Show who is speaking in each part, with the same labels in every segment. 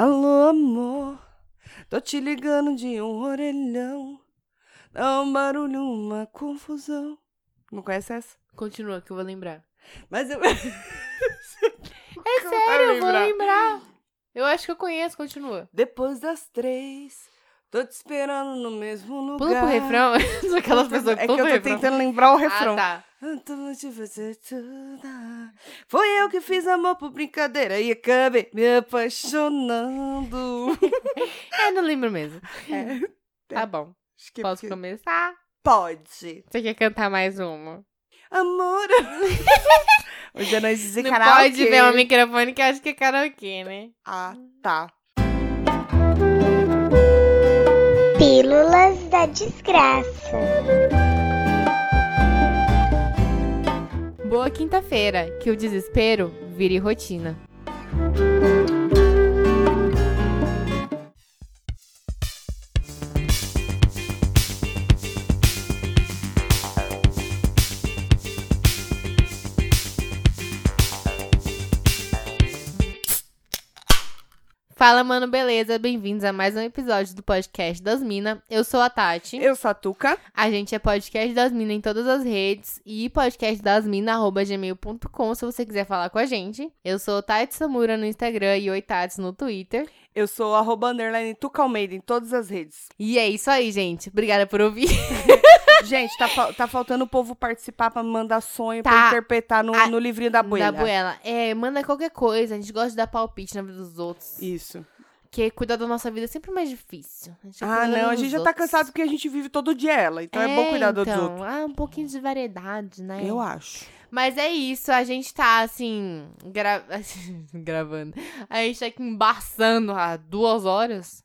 Speaker 1: Alô, amor, tô te ligando de um orelhão. Dá um barulho, uma confusão. Não conhece essa?
Speaker 2: Continua, que eu vou lembrar.
Speaker 1: Mas eu.
Speaker 2: É
Speaker 1: Como vai
Speaker 2: sério, eu vou
Speaker 1: lembrar?
Speaker 2: lembrar. Eu acho que eu conheço, continua.
Speaker 1: Depois das três, tô te esperando no mesmo lugar.
Speaker 2: Pula pro refrão. Sou aquelas pessoas que
Speaker 1: É que eu
Speaker 2: pulam
Speaker 1: tô
Speaker 2: pro refrão.
Speaker 1: tentando lembrar o refrão.
Speaker 2: Ah, tá.
Speaker 1: Eu tô vou te fazer tudo. Foi eu que fiz amor por brincadeira e acabei me apaixonando.
Speaker 2: É, não lembro mesmo.
Speaker 1: É,
Speaker 2: Tá bom.
Speaker 1: acho que é
Speaker 2: Posso
Speaker 1: porque-
Speaker 2: começar?
Speaker 1: Pode.
Speaker 2: Você quer cantar mais uma?
Speaker 1: Amor. Hoje é nós dizer
Speaker 2: não
Speaker 1: karaokê.
Speaker 2: pode ver o microfone que eu acho que é karaokê, né?
Speaker 1: Ah, tá.
Speaker 3: Pílulas da Desgraça.
Speaker 2: Boa quinta-feira, que o desespero vire rotina. Fala, mano, beleza? Bem-vindos a mais um episódio do podcast das Minas. Eu sou a Tati.
Speaker 1: Eu sou a Tuca.
Speaker 2: A gente é podcast das minas em todas as redes e podcastdasmina.gmail.com se você quiser falar com a gente. Eu sou Tati Samura no Instagram e Oi Tats no Twitter.
Speaker 1: Eu sou arroba underline Tuca Almeida em todas as redes.
Speaker 2: E é isso aí, gente. Obrigada por ouvir.
Speaker 1: Gente, tá, fal- tá faltando o povo participar pra mandar sonho,
Speaker 2: Tá.
Speaker 1: pra interpretar no,
Speaker 2: Ah,
Speaker 1: no livrinho da Buena.
Speaker 2: Da Buela. É, manda qualquer coisa. A gente gosta de dar palpite na vida dos outros.
Speaker 1: Isso.
Speaker 2: Porque cuidar da nossa vida é sempre mais difícil. A gente
Speaker 1: Ah, não, a gente já tá cansado porque a gente vive todo dia ela, então é, bom cuidar dos outros.
Speaker 2: Ah, um pouquinho de variedade, né?
Speaker 1: Eu acho.
Speaker 2: Mas é isso, a gente tá assim, gra- assim, gravando. A gente tá aqui embaçando há duas horas.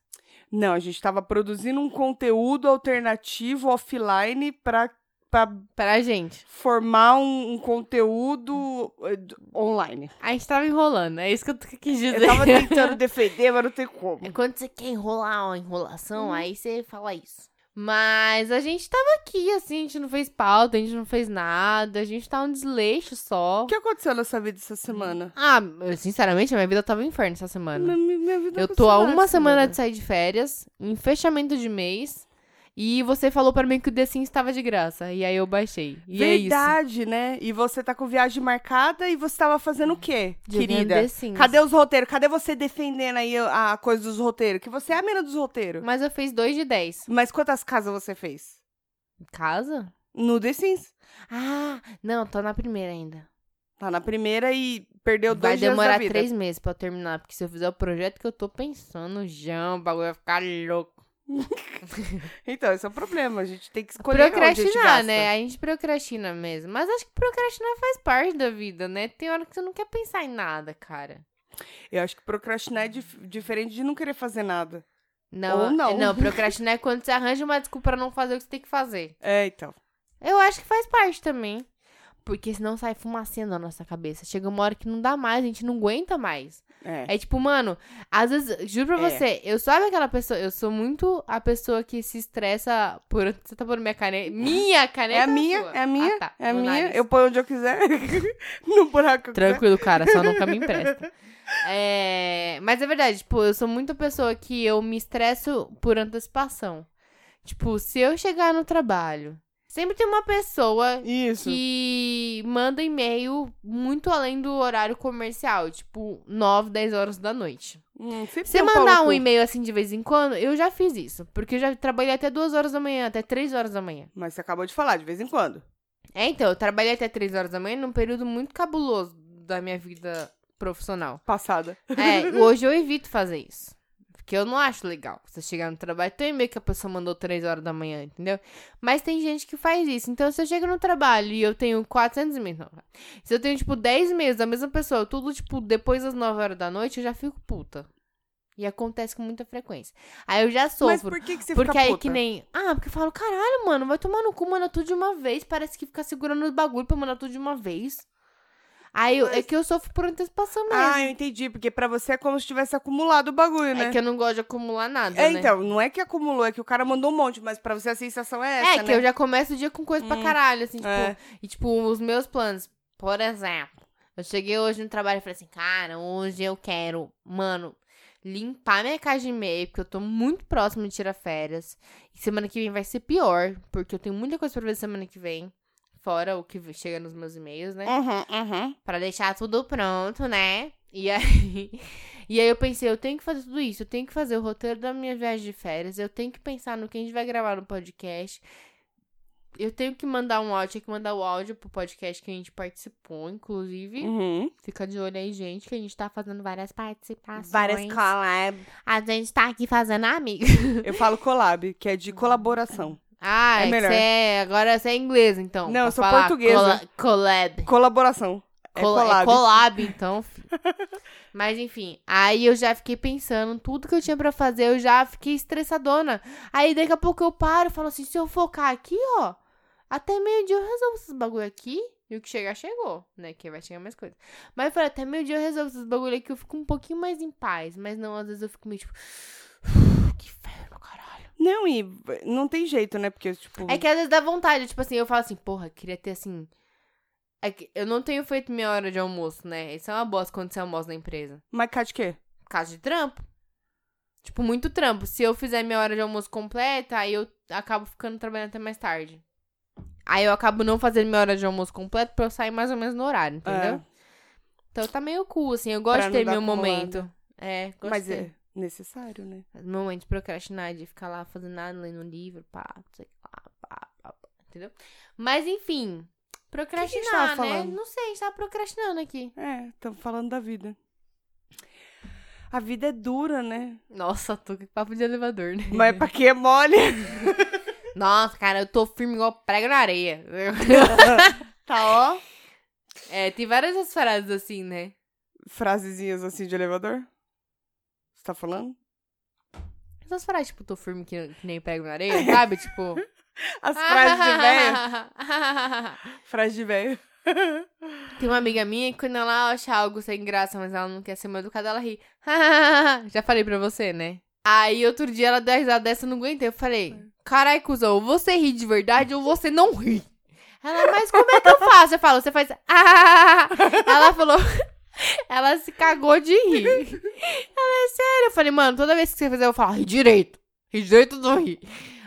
Speaker 1: Não, a gente tava produzindo um conteúdo alternativo offline pra, pra
Speaker 2: Pra gente.
Speaker 1: formar um, um conteúdo eh, d- online.
Speaker 2: A gente tava enrolando, é isso que eu t- quis dizer.
Speaker 1: Eu tava tentando defender, mas não tem como.
Speaker 2: É Quando você quer enrolar uma enrolação, aí você fala isso. Uhum. Mas a gente tava aqui, assim, a gente não fez pauta, a gente não fez nada, a gente tava um desleixo só.
Speaker 1: O que aconteceu nessa vida essa semana?
Speaker 2: Ah, sinceramente, a minha vida tava um inferno essa semana.
Speaker 1: Minha- minha vida
Speaker 2: Eu
Speaker 1: aconteceu
Speaker 2: tô há
Speaker 1: nessa
Speaker 2: uma semana de sair de férias, em fechamento de mês, e você falou pra mim que o The Sims estava de graça. E aí eu baixei. E é isso.
Speaker 1: Verdade, né? E você tá com viagem marcada e você tava fazendo o quê,
Speaker 2: Jogando
Speaker 1: querida?
Speaker 2: The Sims.
Speaker 1: Cadê os roteiros? Cadê você defendendo aí a coisa dos roteiros? Que você é a mina dos roteiros.
Speaker 2: Mas eu fiz dois de 10.
Speaker 1: Mas quantas casas você fez?
Speaker 2: Casa?
Speaker 1: No The Sims.
Speaker 2: Ah, não, tô na primeira ainda.
Speaker 1: Tá na primeira e perdeu
Speaker 2: vai
Speaker 1: dois dias da
Speaker 2: demorar
Speaker 1: vida.
Speaker 2: três meses pra eu terminar, porque se eu fizer o projeto que eu tô pensando, João, o bagulho vai ficar louco.
Speaker 1: Então, esse é o problema. A gente tem é que escolher onde a gente
Speaker 2: Procrastinar,
Speaker 1: gasta.
Speaker 2: né? A gente procrastina mesmo. Mas acho que procrastinar faz parte da vida, né? Tem hora que você não quer pensar em nada, cara.
Speaker 1: Eu acho que procrastinar é dif- diferente de não querer fazer nada.
Speaker 2: Não,
Speaker 1: Ou não.
Speaker 2: Não, procrastinar é quando você arranja uma desculpa pra não fazer o que você tem que fazer.
Speaker 1: É, então.
Speaker 2: Eu acho que faz parte também. Porque senão sai fumacinha da nossa cabeça. Chega uma hora que não dá mais, a gente não aguenta mais.
Speaker 1: É.
Speaker 2: É tipo, mano, às vezes, juro pra
Speaker 1: É.
Speaker 2: você, eu sabe aquela pessoa, eu sou muito a pessoa que se estressa por. Você tá pondo minha caneta? Minha
Speaker 1: É,
Speaker 2: caneta?
Speaker 1: a
Speaker 2: ou
Speaker 1: minha,
Speaker 2: sua?
Speaker 1: é a minha,
Speaker 2: Ah, tá,
Speaker 1: é a
Speaker 2: no
Speaker 1: minha.
Speaker 2: nariz.
Speaker 1: Eu ponho onde eu quiser. no buraco que eu quiser.
Speaker 2: Tranquilo, cara, só nunca me empresta. É, Mas é verdade, tipo, eu sou muita pessoa que eu me estresso por antecipação. Tipo, se eu chegar no trabalho, sempre tem uma pessoa
Speaker 1: Isso.
Speaker 2: que manda e-mail muito além do horário comercial, tipo, 9, 10 horas da noite.
Speaker 1: Hum, sempre
Speaker 2: Se
Speaker 1: tem pau
Speaker 2: mandar
Speaker 1: no
Speaker 2: um
Speaker 1: cu.
Speaker 2: e-mail assim de vez em quando, eu já fiz isso, porque eu já trabalhei até 2 horas da manhã, até 3 horas da manhã.
Speaker 1: Mas você acabou de falar, de vez em quando.
Speaker 2: É, então, eu trabalhei até 3 horas da manhã num período muito cabuloso da minha vida profissional.
Speaker 1: Passada.
Speaker 2: É, hoje eu evito fazer isso. Porque eu não acho legal você chegar no trabalho. Tem e-mail que a pessoa mandou 3 horas da manhã, entendeu? Mas tem gente que faz isso. Então, se eu chego no trabalho e eu tenho 400 e-mails. Não, vai. se eu tenho, tipo, 10 e-mails da mesma pessoa, tudo, tipo, depois das 9 horas da noite, eu já fico puta. E acontece com muita frequência. Aí eu já
Speaker 1: Mas
Speaker 2: sofro.
Speaker 1: por que, que você
Speaker 2: Porque
Speaker 1: fica
Speaker 2: aí
Speaker 1: puta?
Speaker 2: que nem. Ah, porque eu falo, caralho, mano, vai tomar no cu, manda tudo de uma vez. Parece que fica segurando os bagulho pra mandar tudo de uma vez. Aí eu- é que eu sofro por antecipação mesmo.
Speaker 1: Ah, eu entendi. Porque pra você é como se tivesse acumulado o bagulho, né?
Speaker 2: É que eu não gosto de acumular nada,
Speaker 1: É,
Speaker 2: né?
Speaker 1: então, não é que acumulou, é que o cara mandou um monte, mas pra você a sensação é essa,
Speaker 2: é, que
Speaker 1: né?
Speaker 2: eu já começo o dia com coisa pra caralho, assim, tipo...
Speaker 1: É.
Speaker 2: E, tipo, os meus planos, por exemplo... Eu cheguei hoje no trabalho e falei assim, cara, hoje eu quero, mano, limpar minha caixa de e-mail, porque eu tô muito próximo de tirar férias. E semana que vem vai ser pior, porque eu tenho muita coisa pra ver semana que vem. Fora o que chega nos meus e-mails, né?
Speaker 3: Uhum, uhum.
Speaker 2: Pra deixar tudo pronto, né? E aí, e aí eu pensei, eu tenho que fazer tudo isso, eu tenho que fazer o roteiro da minha viagem de férias, eu tenho que pensar no que a gente vai gravar no podcast. Eu tenho que mandar um áudio, tenho que mandar o áudio pro podcast que a gente participou, inclusive.
Speaker 1: Uhum.
Speaker 2: Fica de olho aí, gente, que a gente tá fazendo várias participações.
Speaker 3: Várias collab.
Speaker 2: A gente tá aqui fazendo amigo.
Speaker 1: Eu falo collab, que é de colaboração.
Speaker 2: Ah,
Speaker 1: É
Speaker 2: é
Speaker 1: melhor.
Speaker 2: que cê- agora você é inglês, então.
Speaker 1: Não,
Speaker 2: pra
Speaker 1: eu sou
Speaker 2: falar
Speaker 1: portuguesa.
Speaker 2: cola- collab.
Speaker 1: Colaboração. É
Speaker 2: Col-
Speaker 1: collab.
Speaker 2: É collab, então. fi. Mas enfim, aí eu já fiquei pensando, tudo que eu tinha pra fazer, eu já fiquei estressadona. Aí daqui a pouco eu paro e falo assim: se eu focar aqui, ó, até meio-dia eu resolvo esses bagulho aqui. E o que chegar, chegou, né? Que vai chegar mais coisa. Mas eu falei, até meio-dia eu resolvo esses bagulho aqui, eu fico um pouquinho mais em paz. Mas não, às vezes eu fico meio tipo. Que inferno, caralho.
Speaker 1: Não, e não tem jeito, né? Porque, tipo.
Speaker 2: É que às vezes dá vontade, tipo assim, eu falo assim, porra, queria ter assim. É que eu não tenho feito minha hora de almoço, né? Isso é uma bosta quando você almoça na empresa.
Speaker 1: Mas Kat, o quê?
Speaker 2: Por causa de trampo. Tipo, muito trampo. Se eu fizer minha hora de almoço completa, aí eu acabo ficando trabalhando até mais tarde. Aí eu acabo não fazendo minha hora de almoço completa pra eu sair mais ou menos no horário, entendeu?
Speaker 1: É,
Speaker 2: Então tá meio cool, assim. Eu gosto
Speaker 1: Pra
Speaker 2: de
Speaker 1: não
Speaker 2: ter
Speaker 1: dar
Speaker 2: meu
Speaker 1: acumulada.
Speaker 2: momento. É, gosto
Speaker 1: mas
Speaker 2: de ter.
Speaker 1: é necessário, né?
Speaker 2: Momento de procrastinar, de ficar lá fazendo nada, lendo um livro, pá, não sei lá, pá, pá, pá, entendeu? Mas enfim,
Speaker 1: O que que a
Speaker 2: procrastinar,
Speaker 1: gente tava
Speaker 2: né?
Speaker 1: falando?
Speaker 2: Não sei, a gente tava procrastinando aqui.
Speaker 1: É, estamos falando da vida. A vida é dura, né?
Speaker 2: Nossa, tô que papo de elevador, né?
Speaker 1: Mas pra quem é mole.
Speaker 2: Nossa, cara, eu tô firme igual prego na areia.
Speaker 1: Tá, ó.
Speaker 2: É, tem várias essas frases assim, né?
Speaker 1: Frasezinhas assim de elevador. Você tá falando?
Speaker 2: Essas frases, tipo, tô firme que, que nem prego na areia, sabe? Tipo.
Speaker 1: As frases de velho.
Speaker 2: velho.
Speaker 1: Frases de velho.
Speaker 2: Tem uma amiga minha que quando ela acha algo sem graça, mas ela não quer ser mal educada, ela ri. Já falei pra você, né? Aí outro dia ela deu risada dessa, eu não aguentei. Eu falei, carai, cuzão, ou você ri de verdade ou você não ri. Ela, mas como é que eu faço? Eu falo, você faz. "Ah". Ela falou. Ela se cagou de rir. Ela é sério. Eu falei, mano, toda vez que você fizer, eu falo, ri direito. Ri direito ou não ri.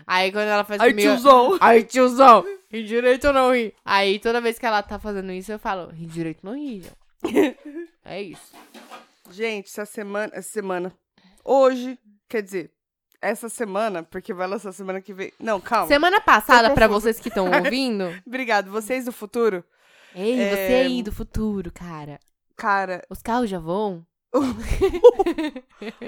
Speaker 2: Aí quando ela faz
Speaker 1: Aí
Speaker 2: comigo-
Speaker 1: tiozão.
Speaker 2: Aí, tiozão, ri direito ou não ri? Aí, toda vez que ela tá fazendo isso, eu falo, ri direito ou não ri, João?" É isso.
Speaker 1: Gente, essa semana. Essa semana. Hoje, quer dizer, essa semana, porque vai lançar semana que vem. Não, calma.
Speaker 2: Semana passada,
Speaker 1: Tô
Speaker 2: pra vocês que estão ouvindo...
Speaker 1: Obrigado. Vocês do futuro,
Speaker 2: Ei,
Speaker 1: É,
Speaker 2: você aí do futuro, cara.
Speaker 1: cara,
Speaker 2: Os carros já vão?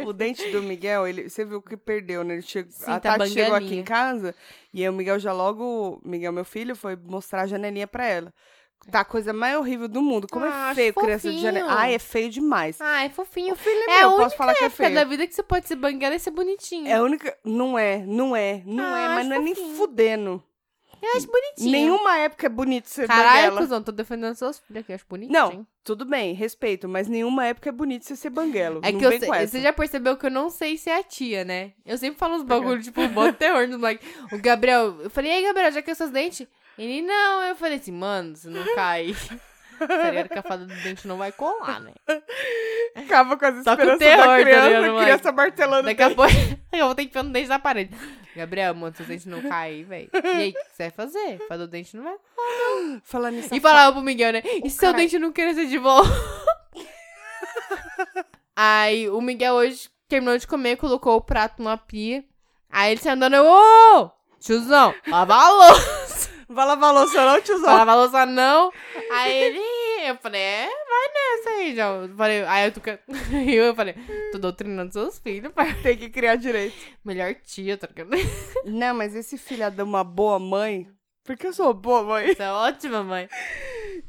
Speaker 1: o dente do Miguel, ele, você viu que perdeu, né? Ele chegou,
Speaker 2: Sim,
Speaker 1: a
Speaker 2: tá
Speaker 1: Tati chegou aqui
Speaker 2: bangalinha.
Speaker 1: em casa e aí o Miguel já logo, Miguel, meu filho, foi mostrar a janelinha pra ela. Tá a coisa mais horrível do mundo. Como
Speaker 2: É. Ah,
Speaker 1: é
Speaker 2: acho
Speaker 1: feio criança de
Speaker 2: fofinho.
Speaker 1: janela. Ai, é feio demais.
Speaker 2: Ah, é fofinho.
Speaker 1: o filho é,
Speaker 2: É a
Speaker 1: meu,
Speaker 2: única
Speaker 1: posso falar que é
Speaker 2: época
Speaker 1: feio.
Speaker 2: da vida que você pode ser banguela e ser bonitinho.
Speaker 1: É a única. Não é, não é, não
Speaker 2: Ah,
Speaker 1: é, mas
Speaker 2: acho
Speaker 1: não é nem
Speaker 2: fofinho.
Speaker 1: fudendo.
Speaker 2: Eu acho bonitinho.
Speaker 1: Nenhuma época é bonito ser
Speaker 2: Caralho,
Speaker 1: banguela.
Speaker 2: cuzão, tô defendendo seus filhos aqui, eu acho bonitinho.
Speaker 1: Não, tudo bem, respeito, mas nenhuma época é bonito você ser banguelo.
Speaker 2: É
Speaker 1: não
Speaker 2: que eu
Speaker 1: vem
Speaker 2: sei-
Speaker 1: com essa.
Speaker 2: você já percebeu que eu não sei se é a tia, né? Eu sempre falo uns
Speaker 1: quê?
Speaker 2: bagulho, tipo, bota terror no moleque. O Gabriel, eu falei, ei, Gabriel, já caiu seus dentes? Ele, não. Eu falei assim, mano, se não cai. Tá ligado que a fada do dente não vai colar, né?
Speaker 1: Acaba com as
Speaker 2: Só com o
Speaker 1: esperanças da
Speaker 2: terror, tá
Speaker 1: criança,
Speaker 2: ligado,
Speaker 1: a criança martelando.
Speaker 2: Daqui a pouco eu vou ter que pôr no dente na parede. Gabriel, mano, seus dentes não caem, velho. E aí, o que você vai fazer? Fada do dente não vai.
Speaker 1: Falar nisso.
Speaker 2: E falava pro Miguel, né? E se seu
Speaker 1: caralho.
Speaker 2: dente não crescer de volta? Aí o Miguel hoje terminou de comer, colocou o prato numa pia. Aí ele saiu andando, eu, ô, tiozão, lava a louça.
Speaker 1: Vai lavar a louça não, tiozão?
Speaker 2: Lava a louça não. Aí ele, eu falei, é, vai nessa aí, já. Eu falei, aí eu, tô, ca- eu falei, tô doutrinando seus filhos, pai.
Speaker 1: Tem que criar direito.
Speaker 2: Melhor tia, tá ligado?
Speaker 1: Não, mas esse filho é de uma boa mãe, porque eu sou boa mãe,
Speaker 2: Isso é ótima, mãe.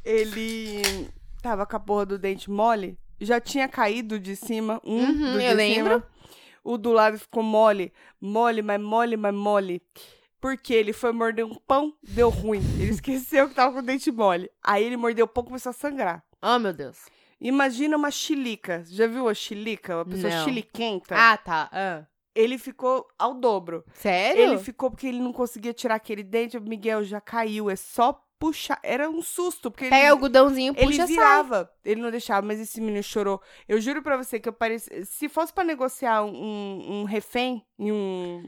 Speaker 1: ele tava com a porra do dente mole, já tinha caído de cima, um
Speaker 2: Uhum,
Speaker 1: do de
Speaker 2: eu lembro.
Speaker 1: cima. O do lado ficou mole, mole, mas mole, mas mole. Porque ele foi morder um pão, deu ruim. Ele esqueceu que tava com o dente mole. Aí ele mordeu o pão e começou a sangrar.
Speaker 2: Oh, meu Deus.
Speaker 1: Imagina uma chilica. Já viu a chilica? Uma pessoa
Speaker 2: Não.
Speaker 1: chiliquenta.
Speaker 2: Ah, tá. ah.
Speaker 1: Ele ficou ao dobro.
Speaker 2: Sério?
Speaker 1: Ele ficou porque ele não conseguia tirar aquele dente. O Miguel já caiu. É só puxar. Era um susto, porque
Speaker 2: Pega
Speaker 1: ele,
Speaker 2: o algodãozinho,
Speaker 1: ele
Speaker 2: puxa, sai.
Speaker 1: virava. Ele não deixava, mas esse menino chorou. Eu juro pra você que eu parecia. Se fosse pra negociar um, um refém em um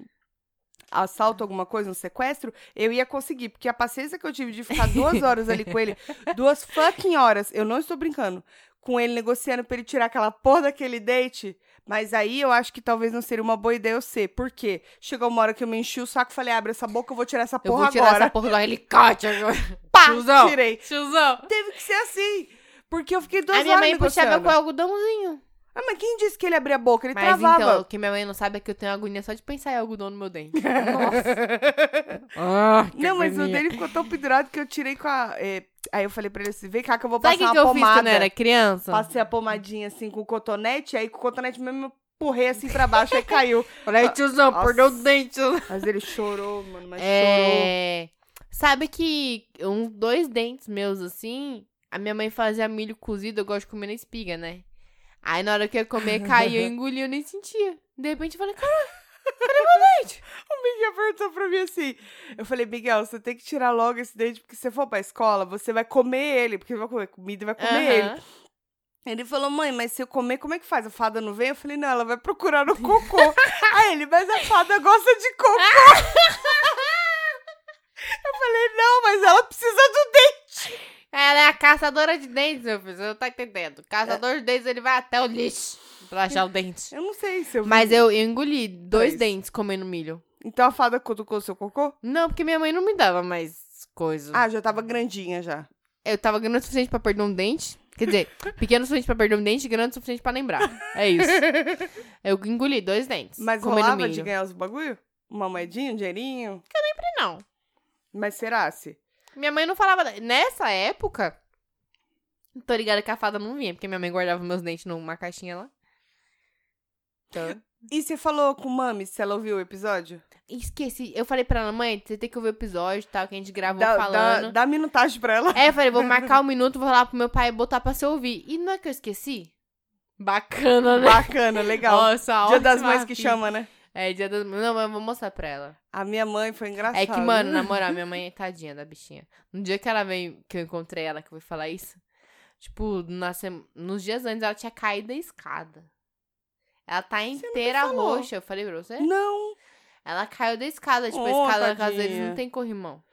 Speaker 2: Ah.
Speaker 1: assalto, alguma coisa, um sequestro, eu ia conseguir. Porque a paciência que eu tive de ficar duas horas ali com ele, duas fucking horas, eu não estou brincando, com ele negociando pra ele tirar aquela porra daquele date. Mas aí eu acho que talvez não seria uma boa ideia eu ser. Por quê? Chegou uma hora que eu me enchi o saco e falei: abre essa boca, eu vou tirar essa
Speaker 2: Eu
Speaker 1: porra
Speaker 2: vou tirar
Speaker 1: agora.
Speaker 2: essa porra do helicóptero agora.
Speaker 1: Pá!
Speaker 2: tiozão.
Speaker 1: Tirei.
Speaker 2: Tiozão.
Speaker 1: Teve que ser assim. Porque eu fiquei duas
Speaker 2: A minha
Speaker 1: horas
Speaker 2: mãe puxava
Speaker 1: negociando.
Speaker 2: com o algodãozinho.
Speaker 1: Ah, mas quem disse que ele abria a boca? Ele
Speaker 2: Mas
Speaker 1: travava.
Speaker 2: então, o que minha mãe não sabe é que eu tenho agonia só de pensar em algodão no meu dente. então, Nossa. ah, que
Speaker 1: não, mas o
Speaker 2: agonia.
Speaker 1: dele ficou tão pendurado que eu tirei com a. é, Aí eu falei pra ele assim: vem cá que eu vou
Speaker 2: Sabe o
Speaker 1: passar
Speaker 2: que,
Speaker 1: uma
Speaker 2: que eu fiz
Speaker 1: pomada.
Speaker 2: quando eu era criança?
Speaker 1: Passei a pomadinha assim com o cotonete, aí com o cotonete mesmo eu empurrei assim pra baixo, aí caiu.
Speaker 2: Falei, tiozão,
Speaker 1: Nossa.
Speaker 2: perdeu o dente.
Speaker 1: Mas ele chorou, mano, mas chorou.
Speaker 2: É... Sabe que uns dois dentes meus, assim, a minha mãe fazia milho cozido, eu gosto de comer na espiga, né? Aí na hora que eu ia comer, caiu, eu engoli, eu nem sentia. De repente eu falei, cara,
Speaker 1: O Miguel perguntou pra mim assim. Eu falei, Miguel, você tem que tirar logo esse dente, porque se você for pra escola, você vai comer ele, porque vai comer comida e vai comer ele.
Speaker 2: aham.
Speaker 1: Ele falou, mãe, mas se eu comer, como é que faz? A fada não vem? Eu falei, não, ela vai procurar no cocô. Aí ele, mas a fada gosta de cocô. eu falei, não, mas ela precisa do dente.
Speaker 2: Ela é a caçadora de dentes, meu filho, você não tá entendendo. Caçador de dentes, ele vai até o lixo pra achar o dente.
Speaker 1: Eu não sei se eu. vi.
Speaker 2: Mas eu, eu engoli dois
Speaker 1: Dois.
Speaker 2: dentes comendo milho.
Speaker 1: Então a fada cutucou seu cocô?
Speaker 2: Não, porque minha mãe não me dava mais coisa.
Speaker 1: Ah, já tava grandinha já.
Speaker 2: Eu tava grande o suficiente pra perder um dente. Quer dizer, pequeno o suficiente pra perder um dente, grande o suficiente pra lembrar. É isso. Eu engoli dois dentes.
Speaker 1: Mas
Speaker 2: comendo
Speaker 1: rolava
Speaker 2: milho.
Speaker 1: de ganhar os bagulho? Uma moedinha, um dinheirinho?
Speaker 2: Não.
Speaker 1: Mas será se?
Speaker 2: Minha mãe não falava. Nessa época, tô ligada que a fada não vinha, porque minha mãe guardava meus dentes numa caixinha lá. Então.
Speaker 1: E você falou com mami se ela ouviu o episódio?
Speaker 2: Esqueci. Eu falei pra ela, mãe, você tem que ouvir o episódio e tal, que a gente gravou
Speaker 1: Dá, dá,
Speaker 2: falando.
Speaker 1: dá minutagem pra ela.
Speaker 2: É, eu falei, vou marcar um minuto, vou lá pro meu pai botar pra você ouvir. E não é que eu esqueci? Bacana, né?
Speaker 1: Bacana, legal.
Speaker 2: Nossa,
Speaker 1: Dia das
Speaker 2: ótima
Speaker 1: mães que
Speaker 2: filha.
Speaker 1: chama, né?
Speaker 2: É, dia das... Não, mas eu vou mostrar pra ela.
Speaker 1: A minha mãe foi engraçada.
Speaker 2: É que, mano, na moral, minha mãe é tadinha da bichinha. No dia que ela veio, que eu encontrei ela, que eu fui falar isso, tipo, na sema- nos dias antes ela tinha caído da escada. Ela tá inteira
Speaker 1: falou.
Speaker 2: roxa, eu falei pra você?
Speaker 1: Não,
Speaker 2: Ela caiu da escada, tipo,
Speaker 1: Ô,
Speaker 2: a escada na casa
Speaker 1: tadinha.
Speaker 2: deles não tem corrimão.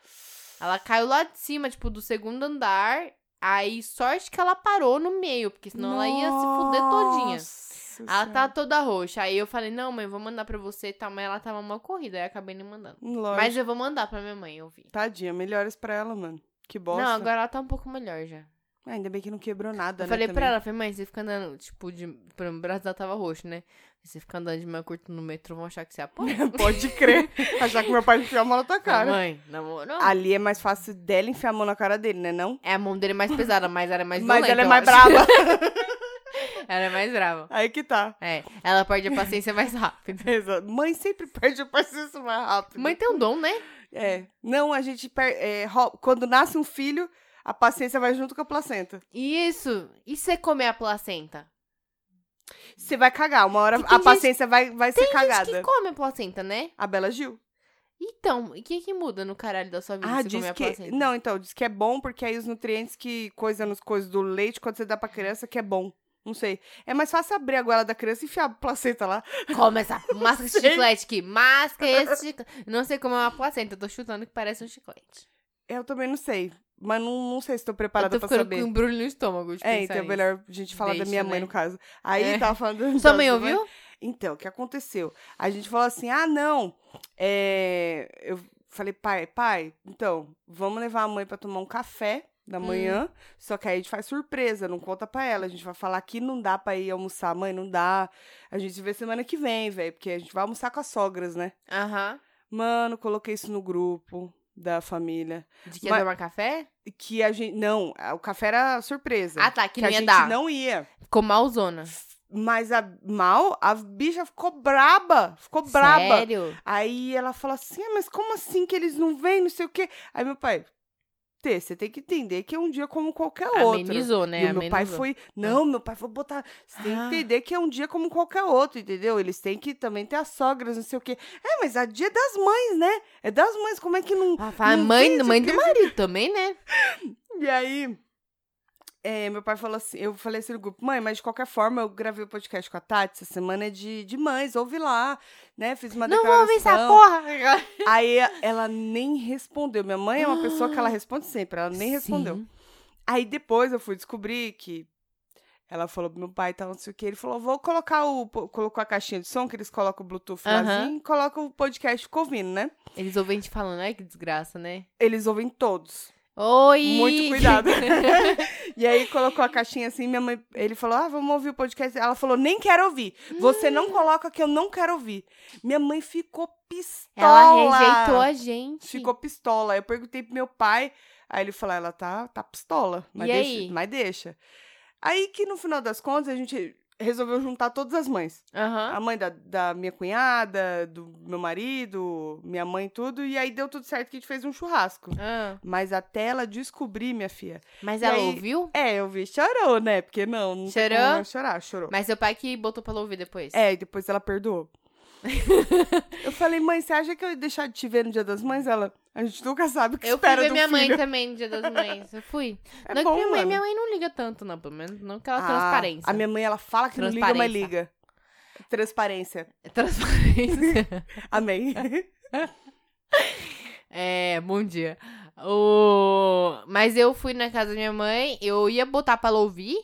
Speaker 2: Ela caiu lá de cima, tipo, do segundo andar, aí sorte que ela parou no meio, porque senão ela ia se fuder todinha.
Speaker 1: Nossa
Speaker 2: Ela
Speaker 1: Senhora.
Speaker 2: tá toda roxa. Aí eu falei, não, mãe, vou mandar pra você e tal. Mas ela tava mal corrida, aí eu acabei nem mandando.
Speaker 1: Lógico.
Speaker 2: Mas eu vou mandar pra minha mãe ouvir.
Speaker 1: Tadinha, melhores pra ela, mano. Que bosta.
Speaker 2: Não, agora ela tá um pouco melhor já.
Speaker 1: Ah, ainda bem que não quebrou nada,
Speaker 2: eu
Speaker 1: né?
Speaker 2: falei pra
Speaker 1: também.
Speaker 2: ela, falei, mãe, você fica andando, tipo, de. Por o braço dela tava roxo, né? Você fica andando de mão curta no metrô, vão achar que você é apoia.
Speaker 1: Pode crer. Achar que meu pai enfiou a mão na tua cara.
Speaker 2: Mãe, namorou.
Speaker 1: Ali é mais fácil dela enfiar a mão na cara dele, né? Não?
Speaker 2: É, a mão dele é mais pesada, mas ela é mais
Speaker 1: Mas
Speaker 2: violenta,
Speaker 1: ela é
Speaker 2: eu
Speaker 1: mais
Speaker 2: acho.
Speaker 1: brava.
Speaker 2: ela é mais brava.
Speaker 1: Aí que tá.
Speaker 2: É, ela perde a paciência mais rápido.
Speaker 1: Exato. Mãe sempre perde a paciência mais rápido.
Speaker 2: Mãe tem um dom, né?
Speaker 1: É. Não, a gente per... é, ro- quando nasce um filho, a paciência vai junto com a placenta.
Speaker 2: Isso. E você comer a placenta?
Speaker 1: Você vai cagar. Uma hora
Speaker 2: Que tem
Speaker 1: a
Speaker 2: gente-
Speaker 1: paciência vai, vai ser
Speaker 2: Gente
Speaker 1: cagada.
Speaker 2: que come a placenta, né?
Speaker 1: A Bela Gil.
Speaker 2: Então, e o que que muda no caralho da sua vida
Speaker 1: Ah,
Speaker 2: se
Speaker 1: diz
Speaker 2: comer a
Speaker 1: que.
Speaker 2: placenta?
Speaker 1: Não, então, diz que é bom porque aí os nutrientes que coisa nos coisas do leite, quando você dá pra criança, que é bom. Não sei. É mais fácil abrir a goela da criança e enfiar a placenta lá.
Speaker 2: Come essa masca de chiclete aqui. Masca esse chiclete. Não sei como é uma placenta, eu tô chutando que parece um chiclete.
Speaker 1: Eu também não sei. Mas não, não sei se tô preparada
Speaker 2: eu
Speaker 1: pra
Speaker 2: tô ficando
Speaker 1: saber.
Speaker 2: com um brulho no estômago de
Speaker 1: É,
Speaker 2: pensar
Speaker 1: então é
Speaker 2: nisso.
Speaker 1: melhor a gente falar da
Speaker 2: Deixa,
Speaker 1: minha mãe,
Speaker 2: né?
Speaker 1: no caso. Aí
Speaker 2: É.
Speaker 1: tava falando.
Speaker 2: Sua
Speaker 1: da
Speaker 2: mãe
Speaker 1: sua
Speaker 2: ouviu?
Speaker 1: Então, o que aconteceu? A gente falou assim: ah, não. é, Eu falei, pai, pai, então, vamos levar a mãe pra tomar um café da manhã. Só que aí a gente faz surpresa, não conta pra ela. A gente vai falar que não dá pra ir almoçar, mãe, não dá. A gente se vê semana que vem, velho, porque a gente vai almoçar com as sogras, né?
Speaker 2: Aham.
Speaker 1: Mano, coloquei isso no grupo da família.
Speaker 2: De que ia
Speaker 1: Mas-
Speaker 2: tomar café?
Speaker 1: Que a gente. Não, a- o café era surpresa.
Speaker 2: Ah, tá, que,
Speaker 1: que
Speaker 2: não
Speaker 1: a
Speaker 2: ia
Speaker 1: gente
Speaker 2: dar.
Speaker 1: não ia.
Speaker 2: Ficou malzona.
Speaker 1: Mas a mal, a bicha ficou braba. Ficou braba.
Speaker 2: Sério?
Speaker 1: Aí ela fala assim: ah, mas como assim que eles não vêm? Não sei o quê. Aí meu pai, ter. Você tem que entender que é um dia como qualquer outro.
Speaker 2: Amenizou, né?
Speaker 1: E o meu pai
Speaker 2: Amenizou.
Speaker 1: foi. Não, meu pai foi botar. Você tem que
Speaker 2: Ah.
Speaker 1: entender que é um dia como qualquer outro, entendeu? Eles têm que também ter as sogras, não sei o quê. É, mas a dia é das mães, né? É das mães. Como é que não.
Speaker 2: Ah, fala,
Speaker 1: não
Speaker 2: mãe,
Speaker 1: entende
Speaker 2: mãe
Speaker 1: o que
Speaker 2: do marido também, né?
Speaker 1: E aí, é, meu pai falou assim, eu falei assim no grupo, mãe, mas de qualquer forma, eu gravei o podcast com a Tati, essa semana é de, de mães, ouve lá, né, fiz uma
Speaker 2: Não vou
Speaker 1: declaração.
Speaker 2: ouvir essa porra.
Speaker 1: Aí ela nem respondeu, minha mãe é uma pessoa que ela responde sempre, ela nem respondeu.
Speaker 2: Sim.
Speaker 1: Aí depois eu fui descobrir que ela falou pro meu pai, tal, não sei o que. Ele falou, vou colocar o. po- Colocou a caixinha de som, que eles colocam o Bluetooth
Speaker 2: Aham.
Speaker 1: lázinho e colocam o podcast ficou ouvindo, né?
Speaker 2: Eles ouvem te falando, ai que desgraça, né?
Speaker 1: Eles ouvem todos.
Speaker 2: Oi!
Speaker 1: Muito cuidado. E aí colocou a caixinha assim, minha mãe. Ele falou, ah, vamos ouvir o podcast. Ela falou, nem quero ouvir. Você
Speaker 2: Hum.
Speaker 1: não coloca que eu não quero ouvir. Minha mãe ficou pistola.
Speaker 2: Ela rejeitou a gente.
Speaker 1: Ficou pistola. Eu perguntei pro meu pai. Aí ele falou, ela tá, tá pistola. Mas
Speaker 2: E
Speaker 1: deixa,
Speaker 2: aí?
Speaker 1: Mas deixa. Aí que no final das contas a gente resolveu juntar todas as mães.
Speaker 2: Aham.
Speaker 1: A mãe da, da minha cunhada, do meu marido, minha mãe e tudo. E aí deu tudo certo que a gente fez um churrasco.
Speaker 2: Ah,
Speaker 1: Mas até ela descobrir, minha filha.
Speaker 2: Mas
Speaker 1: E
Speaker 2: ela
Speaker 1: aí-
Speaker 2: ouviu?
Speaker 1: É, eu vi, chorou, né? Porque não, não tem
Speaker 2: Chorou?
Speaker 1: como não chorar, chorou.
Speaker 2: Mas seu pai que botou pra ela ouvir depois.
Speaker 1: É, e depois ela perdoou. eu falei, mãe, você acha que eu ia deixar de te ver no Dia das Mães? Ela, a gente nunca sabe o que
Speaker 2: Eu fui
Speaker 1: espera
Speaker 2: ver
Speaker 1: do
Speaker 2: minha mãe
Speaker 1: filho.
Speaker 2: também no Dia das Mães. Eu fui.
Speaker 1: É
Speaker 2: não, que
Speaker 1: bom,
Speaker 2: minha, mãe,
Speaker 1: mano.
Speaker 2: minha mãe não liga tanto, não. Pelo menos não que ela
Speaker 1: Ah,
Speaker 2: transparência.
Speaker 1: A minha mãe, ela fala que não liga, mas
Speaker 2: Transparência.
Speaker 1: liga. Transparência.
Speaker 2: É Transparência.
Speaker 1: Amém.
Speaker 2: É, bom dia. O... Mas eu fui na casa da minha mãe, eu ia botar pra ela ouvir,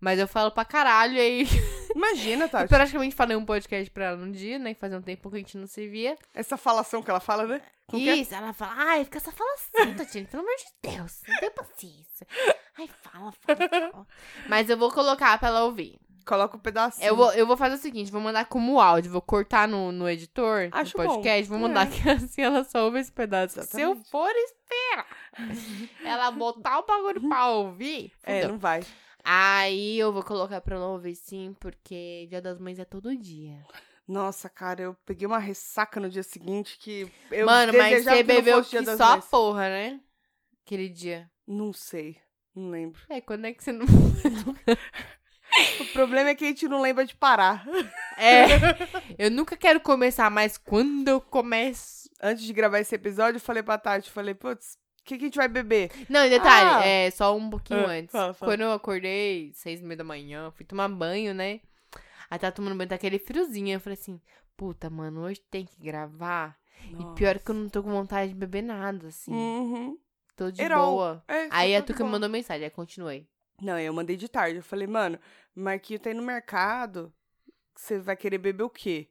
Speaker 2: mas eu falo pra caralho, aí
Speaker 1: Imagina,
Speaker 2: eu
Speaker 1: Tati.
Speaker 2: praticamente falei um podcast pra ela num dia, né? que Fazia um tempo que a gente não se via.
Speaker 1: Essa falação que ela fala, né? Como que é?
Speaker 2: Isso, ela fala, ai, fica essa falação, Tatiana, pelo amor de Deus, não tem paciência. Ai, fala, fala, fala. Mas eu vou colocar pra ela ouvir.
Speaker 1: Coloca um pedacinho.
Speaker 2: Eu vou, eu vou fazer o seguinte, vou mandar como áudio, vou cortar no, no editor,
Speaker 1: Acho
Speaker 2: no
Speaker 1: bom.
Speaker 2: podcast, vou mandar
Speaker 1: É.
Speaker 2: que assim ela só ouve esse pedaço. Se eu
Speaker 1: Exatamente.
Speaker 2: for esperar ela botar o bagulho pra ouvir,
Speaker 1: É,
Speaker 2: fudeu.
Speaker 1: não vai.
Speaker 2: aí eu vou colocar pra ela ouvir sim, porque Dia das Mães é todo dia.
Speaker 1: Nossa, cara, eu peguei uma ressaca no dia seguinte que eu
Speaker 2: Mano, mas
Speaker 1: desejava
Speaker 2: você
Speaker 1: que não
Speaker 2: bebeu
Speaker 1: fosse o
Speaker 2: que
Speaker 1: Dia das
Speaker 2: só
Speaker 1: Mães.
Speaker 2: porra, né? Aquele dia.
Speaker 1: Não sei, não lembro.
Speaker 2: É, quando é que você não...
Speaker 1: O problema é que a gente não lembra de parar.
Speaker 2: É, eu nunca quero começar, mas quando eu começo...
Speaker 1: Antes de gravar esse episódio, eu falei pra Tati, eu falei, putz, o que, que a gente vai beber?
Speaker 2: Não, e detalhe,
Speaker 1: Ah.
Speaker 2: é só um pouquinho
Speaker 1: Ah,
Speaker 2: antes.
Speaker 1: fala, fala.
Speaker 2: Quando eu acordei, seis e meia da manhã, fui tomar banho, né? Aí tava tomando banho, tá aquele friozinho. Eu falei assim, puta, mano, hoje tem que gravar. E pior que eu não tô com vontade de beber nada, assim.
Speaker 1: Uhum.
Speaker 2: Tô de
Speaker 1: Erol.
Speaker 2: boa.
Speaker 1: É,
Speaker 2: Aí
Speaker 1: tá
Speaker 2: a
Speaker 1: tudo
Speaker 2: Tuca me
Speaker 1: bom.
Speaker 2: mandou mensagem, aí continuei.
Speaker 1: Não, eu mandei de tarde. Eu falei, mano, Marquinho tá indo no mercado. Você vai querer beber o quê?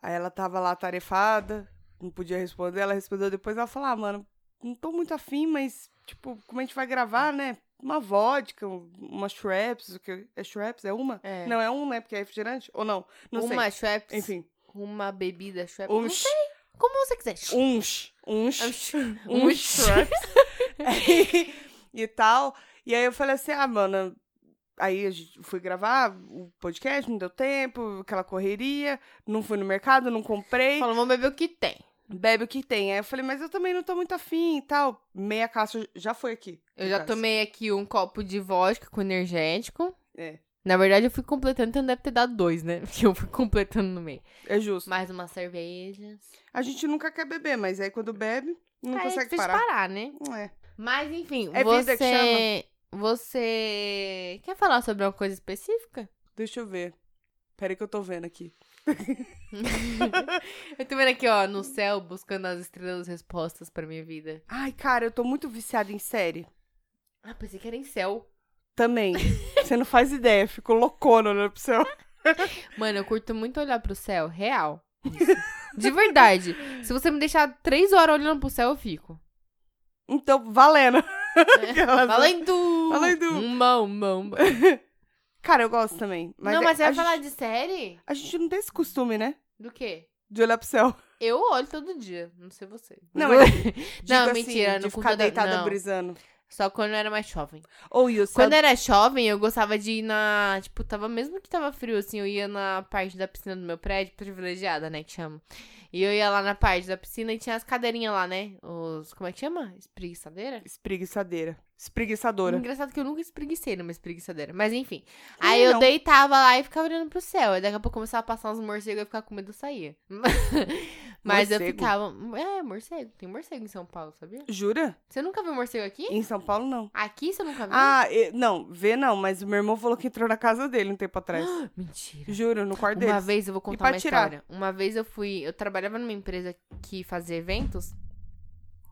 Speaker 1: Aí ela tava lá tarefada, não podia responder. Ela respondeu depois. Ela falou, ah, mano, não tô muito afim, mas, tipo, como a gente vai gravar, né? Uma vodka, um- uma Shreps, o que é Shreps? É uma?
Speaker 2: É.
Speaker 1: Não, é um, né? Porque é refrigerante? Ou não? Não
Speaker 2: uma Schweppes,
Speaker 1: sei. Enfim.
Speaker 2: uma bebida Schweppes.
Speaker 1: Um,
Speaker 2: não
Speaker 1: sh-
Speaker 2: sei, Como você quiser.
Speaker 1: um, sh- um, sh-
Speaker 2: Um,
Speaker 1: um
Speaker 2: um Schweppes.
Speaker 1: Aí, e tal. E aí eu falei assim, ah, mano. Aí a gente fui gravar o podcast, não deu tempo, aquela correria, não fui no mercado, não comprei,
Speaker 2: Falou, vamos beber o que tem.
Speaker 1: bebe o que tem. Aí eu falei, mas eu também não tô muito afim e tal. Meia caixa já foi aqui.
Speaker 2: Eu
Speaker 1: no
Speaker 2: já
Speaker 1: caso.
Speaker 2: tomei aqui um copo de vodka com energético.
Speaker 1: É,
Speaker 2: Na verdade, eu fui completando, então deve ter dado dois, né? Porque eu fui completando no meio.
Speaker 1: é justo.
Speaker 2: Mais uma cerveja.
Speaker 1: A gente nunca quer beber, mas aí quando bebe, não
Speaker 2: Aí é
Speaker 1: consegue
Speaker 2: difícil
Speaker 1: parar.
Speaker 2: parar, né?
Speaker 1: É.
Speaker 2: Mas, enfim,
Speaker 1: É
Speaker 2: você...
Speaker 1: vida que
Speaker 2: Você... Quer falar sobre uma coisa específica?
Speaker 1: Deixa eu ver. Peraí que eu tô vendo aqui.
Speaker 2: Eu tô vendo aqui, ó, no céu, buscando as estrelas respostas pra minha vida.
Speaker 1: Ai, cara, eu tô muito viciada em série.
Speaker 2: Ah, pensei que era em céu.
Speaker 1: Também. Você não faz ideia, fico loucona olhando pro céu.
Speaker 2: Mano, eu curto muito olhar pro céu, real. Isso. De verdade. Se você me deixar três horas olhando pro céu, eu fico.
Speaker 1: Então, valendo. Aquelas-
Speaker 2: É. Valendo!
Speaker 1: é- Valendo!
Speaker 2: Uma, uma, uma.
Speaker 1: Cara, eu gosto também. Mas
Speaker 2: Não,
Speaker 1: é-
Speaker 2: mas você
Speaker 1: a
Speaker 2: vai falar
Speaker 1: gente,
Speaker 2: de série?
Speaker 1: A gente não tem esse costume, né?
Speaker 2: Do quê?
Speaker 1: De olhar pro céu.
Speaker 2: Eu olho todo dia, não sei você.
Speaker 1: Não,
Speaker 2: eu...
Speaker 1: mas- Digo assim,
Speaker 2: mentira,
Speaker 1: Tipo de ficar
Speaker 2: não custa da-
Speaker 1: deitada
Speaker 2: não.
Speaker 1: brisando.
Speaker 2: Só quando eu era mais jovem.
Speaker 1: Ou e o céu
Speaker 2: Quando é- eu era jovem, eu gostava de ir na. Tipo, tava mesmo que tava frio, assim, eu ia na parte da piscina do meu prédio, privilegiada, né? Que chama. E eu ia lá na parte da piscina e tinha as cadeirinhas lá, né? Os. Como é que chama? Espreguiçadeira?
Speaker 1: Espreguiçadeira. Espreguiçadora.
Speaker 2: Engraçado que eu nunca espreguicei numa espreguiçadeira. Mas enfim. Aí eu
Speaker 1: não.
Speaker 2: deitava lá e ficava olhando pro céu. Aí daqui a pouco começava a passar uns morcegos e eu ficava com medo de sair. Mas eu
Speaker 1: Morcego?
Speaker 2: ficava. É, morcego. Tem morcego em São Paulo, sabia?
Speaker 1: Jura?
Speaker 2: Você nunca viu morcego aqui?
Speaker 1: Em São Paulo, não.
Speaker 2: Aqui você nunca viu?
Speaker 1: Ah, e- não, vê não, mas o meu irmão falou que entrou na casa dele um tempo atrás.
Speaker 2: Mentira.
Speaker 1: Juro, no quarto
Speaker 2: Uma
Speaker 1: deles.
Speaker 2: vez eu vou contar uma
Speaker 1: Ipatirá.
Speaker 2: história. Uma vez eu fui, eu trabalhava numa empresa que fazia eventos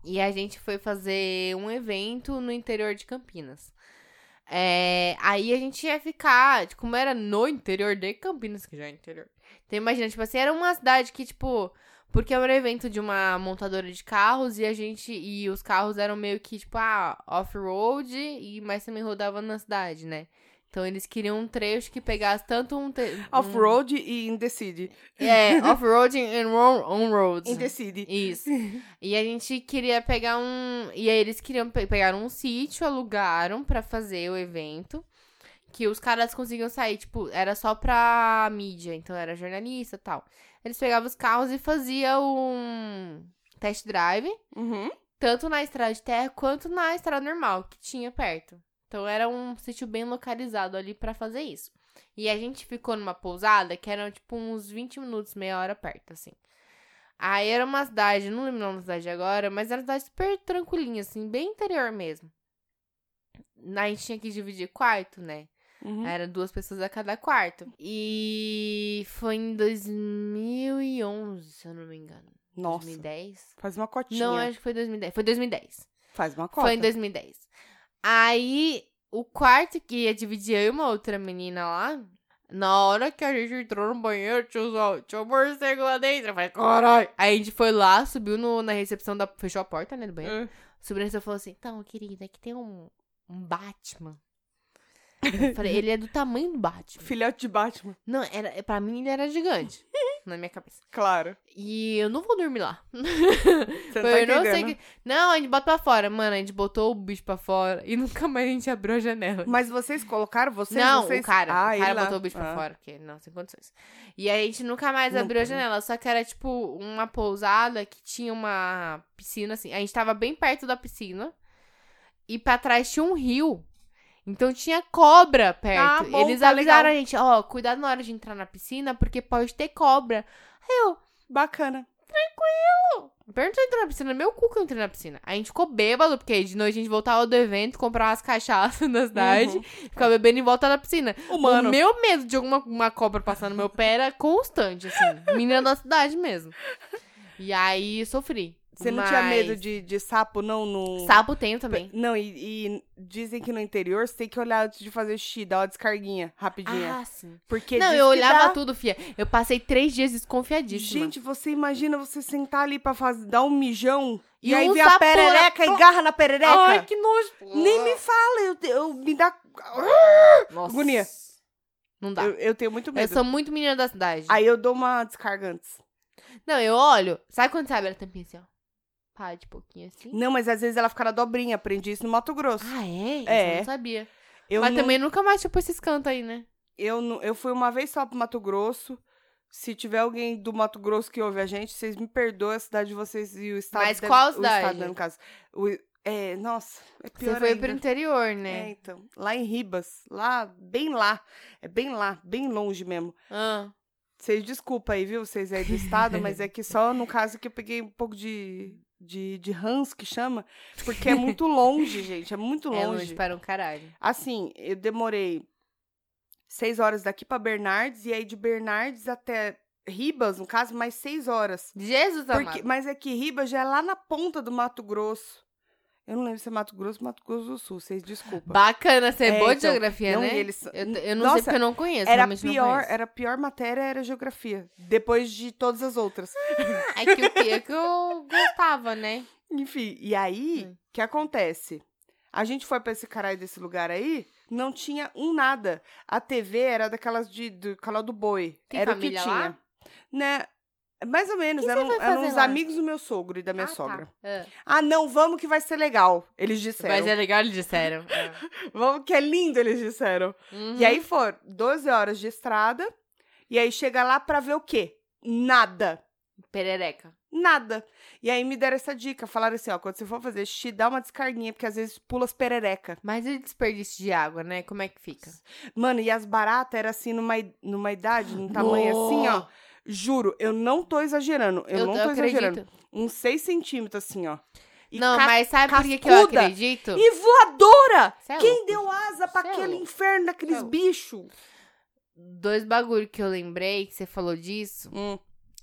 Speaker 2: e a gente foi fazer um evento no interior de Campinas. É, aí a gente ia ficar, tipo, como era no interior de Campinas, que já é interior. Então imagina, tipo assim, era uma cidade que, tipo, porque era um evento de uma montadora de carros e a gente. E os carros eram meio que, tipo, ah, off-road, e mas também rodava na cidade, né? Então eles queriam um trecho que pegasse tanto um. te- um-
Speaker 1: Off-road e Indecide.
Speaker 2: é, off-road and on- on-road.
Speaker 1: Indecide.
Speaker 2: Isso. E a gente queria pegar um. E aí eles queriam pe pegar um sítio, alugaram pra fazer o evento. Que os caras conseguiam sair, tipo, era só pra mídia, então era jornalista e tal. Eles pegavam os carros e faziam um test drive,
Speaker 1: Uhum.
Speaker 2: tanto na estrada de terra quanto na estrada normal, que tinha perto. Então era um sítio bem localizado ali pra fazer isso. E a gente ficou numa pousada que era tipo uns 20 minutos, meia hora perto, assim. Aí era uma cidade, não lembro o nome da cidade agora, mas era uma cidade super tranquilinha, assim, bem interior mesmo. A gente tinha que dividir quarto, né?
Speaker 1: uhum.
Speaker 2: Era duas pessoas a cada quarto. E foi em 2011, se eu não me engano.
Speaker 1: Nossa,
Speaker 2: 2010?
Speaker 1: faz uma cotinha.
Speaker 2: Não, acho que foi 2010. Foi 2010.
Speaker 1: Faz uma cota.
Speaker 2: Foi em 2010. Aí, o quarto que ia dividir eu e uma outra menina lá, na hora que a gente entrou no banheiro, tinha, só, tinha um morcego lá dentro. Eu falei, caralho. Aí a gente foi lá, subiu no- na recepção da. Fechou a porta, né, do banheiro.
Speaker 1: É.
Speaker 2: Subiu na recepção e falou assim: então, querida, aqui tem um, um Batman. Eu falei, ele é do tamanho do Batman.
Speaker 1: Filhote de Batman,
Speaker 2: Não, era, pra mim ele era gigante. na minha cabeça.
Speaker 1: claro.
Speaker 2: E eu não vou dormir lá.
Speaker 1: Você não tá
Speaker 2: Eu não
Speaker 1: entendendo.
Speaker 2: sei que. Não, a gente bota pra fora. Mano, a gente botou o bicho pra fora e nunca mais a gente abriu a janela.
Speaker 1: Mas vocês colocaram vocês?
Speaker 2: não,
Speaker 1: vocês...
Speaker 2: o cara.
Speaker 1: Ah,
Speaker 2: o cara
Speaker 1: ele lá.
Speaker 2: botou o bicho pra
Speaker 1: Ah.
Speaker 2: fora, porque não tem condições. E a gente nunca mais
Speaker 1: Nunca,
Speaker 2: abriu a
Speaker 1: né?
Speaker 2: janela, só que era tipo uma pousada que tinha uma piscina assim. A gente tava bem perto da piscina e pra trás tinha um rio. Então tinha cobra perto.
Speaker 1: Ah, bom,
Speaker 2: Eles
Speaker 1: tá
Speaker 2: avisaram
Speaker 1: legal.
Speaker 2: a gente, ó, cuidado na hora de entrar na piscina, porque pode ter cobra. Aí eu,
Speaker 1: Bacana.
Speaker 2: Pior não tô entrando na piscina, meu cu que eu entrei na piscina. A gente ficou bêbado, porque de noite a gente voltava do evento, comprava umas cachaças na cidade,
Speaker 1: Uhum.
Speaker 2: ficava bebendo e volta na piscina.
Speaker 1: Humano.
Speaker 2: O meu medo de alguma uma cobra passar no meu pé era constante, assim. Menina da cidade mesmo. E aí sofri.
Speaker 1: Você não tinha
Speaker 2: Mas
Speaker 1: medo de, de sapo, não? No...
Speaker 2: Sapo tenho também.
Speaker 1: Não, e, e dizem que no interior você tem que olhar antes de fazer xixi, dar uma descarguinha rapidinha.
Speaker 2: Ah, sim.
Speaker 1: porque
Speaker 2: não,
Speaker 1: diz
Speaker 2: eu
Speaker 1: que
Speaker 2: olhava
Speaker 1: dá-
Speaker 2: tudo, fia. Eu passei três dias desconfiadíssima.
Speaker 1: Gente, você imagina você sentar ali pra faz... dar um mijão e,
Speaker 2: E
Speaker 1: aí
Speaker 2: um
Speaker 1: vem a
Speaker 2: sapo lá-
Speaker 1: perereca e garra na perereca?
Speaker 2: Ai, que nojo.
Speaker 1: Nem me fala, eu, te- eu me dá.
Speaker 2: Nossa.
Speaker 1: Agonia.
Speaker 2: Não dá.
Speaker 1: Eu, eu tenho muito
Speaker 2: eu
Speaker 1: medo.
Speaker 2: sou muito menina da cidade.
Speaker 1: Aí eu dou uma descarga antes.
Speaker 2: Não, eu olho. Sabe quando você abre a tampinha assim, ó? Pá, de pouquinho assim.
Speaker 1: Não, mas às vezes ela fica na dobrinha. Aprendi isso no Mato Grosso.
Speaker 2: Ah, é? Isso
Speaker 1: É.
Speaker 2: Eu não sabia.
Speaker 1: Eu,
Speaker 2: Mas
Speaker 1: nu-
Speaker 2: também nunca mais tipo esses cantos aí, né?
Speaker 1: eu, nu- eu fui uma vez só pro Mato Grosso. Se tiver alguém do Mato Grosso que ouve a gente, vocês me perdoam a cidade de vocês e o estado.
Speaker 2: Mas
Speaker 1: deve-
Speaker 2: qual
Speaker 1: O
Speaker 2: cidade?
Speaker 1: estado, né, no caso. O, é, nossa, é pior
Speaker 2: Você foi
Speaker 1: ainda.
Speaker 2: pro interior,
Speaker 1: É,
Speaker 2: né?
Speaker 1: então. Lá em Ribas. Lá, bem lá. É bem lá, bem longe mesmo.
Speaker 2: Ah.
Speaker 1: Vocês desculpa aí, viu? Vocês aí do estado, mas é que só no caso que eu peguei um pouco de, de, de ranço, que chama, porque é muito longe, gente, é muito longe.
Speaker 2: É longe para um caralho.
Speaker 1: Assim, eu demorei seis horas daqui pra Bernardes, e aí de Bernardes até Ribas, no caso, mais seis horas.
Speaker 2: Jesus
Speaker 1: Porque,
Speaker 2: amado.
Speaker 1: mas é que Ribas já é lá na ponta do Mato Grosso. Eu não lembro se é Mato Grosso ou Mato Grosso do Sul, vocês desculpa.
Speaker 2: Bacana, você é,
Speaker 1: É,
Speaker 2: boa de
Speaker 1: então,
Speaker 2: geografia,
Speaker 1: não,
Speaker 2: né?
Speaker 1: e eles-
Speaker 2: Eu, t- eu não sei
Speaker 1: Nossa,
Speaker 2: porque eu não conheço.
Speaker 1: Era
Speaker 2: realmente não
Speaker 1: pior,
Speaker 2: conheço.
Speaker 1: era a pior matéria era geografia, depois de todas as outras.
Speaker 2: Ah, é que o que, é que eu gostava, né?
Speaker 1: Enfim, e aí, o
Speaker 2: Hum.
Speaker 1: que acontece? A gente foi pra esse caralho desse lugar aí, não tinha um nada. A TV era daquelas de, do canal do boi.
Speaker 2: Tem
Speaker 1: era o que
Speaker 2: família
Speaker 1: tinha.
Speaker 2: lá?
Speaker 1: Né? Mais ou menos,
Speaker 2: que
Speaker 1: eram,
Speaker 2: você vai
Speaker 1: eram
Speaker 2: fazer
Speaker 1: os
Speaker 2: lá?
Speaker 1: amigos do meu sogro e da minha
Speaker 2: Ah, tá.
Speaker 1: sogra.
Speaker 2: É.
Speaker 1: Ah, não, vamos que vai ser legal, eles disseram.
Speaker 2: Mas é legal, eles disseram. É.
Speaker 1: Vamos que é lindo, eles disseram.
Speaker 2: Uhum.
Speaker 1: E aí foram 12 horas de estrada, e aí chega lá pra ver o quê? Nada.
Speaker 2: Uhum. Perereca.
Speaker 1: Nada. E aí me deram essa dica, falaram assim, ó, quando você for fazer xixi, dá uma descarguinha, porque às vezes pula as perereca.
Speaker 2: Mas e desperdício de água, né? Como é que fica?
Speaker 1: Mano, e as baratas eram assim, numa, i- numa idade, num tamanho assim, ó. Juro, eu não tô exagerando, eu, não tô exagerando. Uns 6 centímetros, assim, ó. E
Speaker 2: não,
Speaker 1: ca-
Speaker 2: mas sabe por que que eu
Speaker 1: cascuda.
Speaker 2: acredito?
Speaker 1: E voadora!
Speaker 2: Cê é
Speaker 1: Quem
Speaker 2: louco.
Speaker 1: deu asa pra
Speaker 2: Cê é
Speaker 1: aquele
Speaker 2: louco.
Speaker 1: inferno daqueles
Speaker 2: Cê é louco.
Speaker 1: bichos?
Speaker 2: Dois bagulho que eu lembrei, que você falou disso.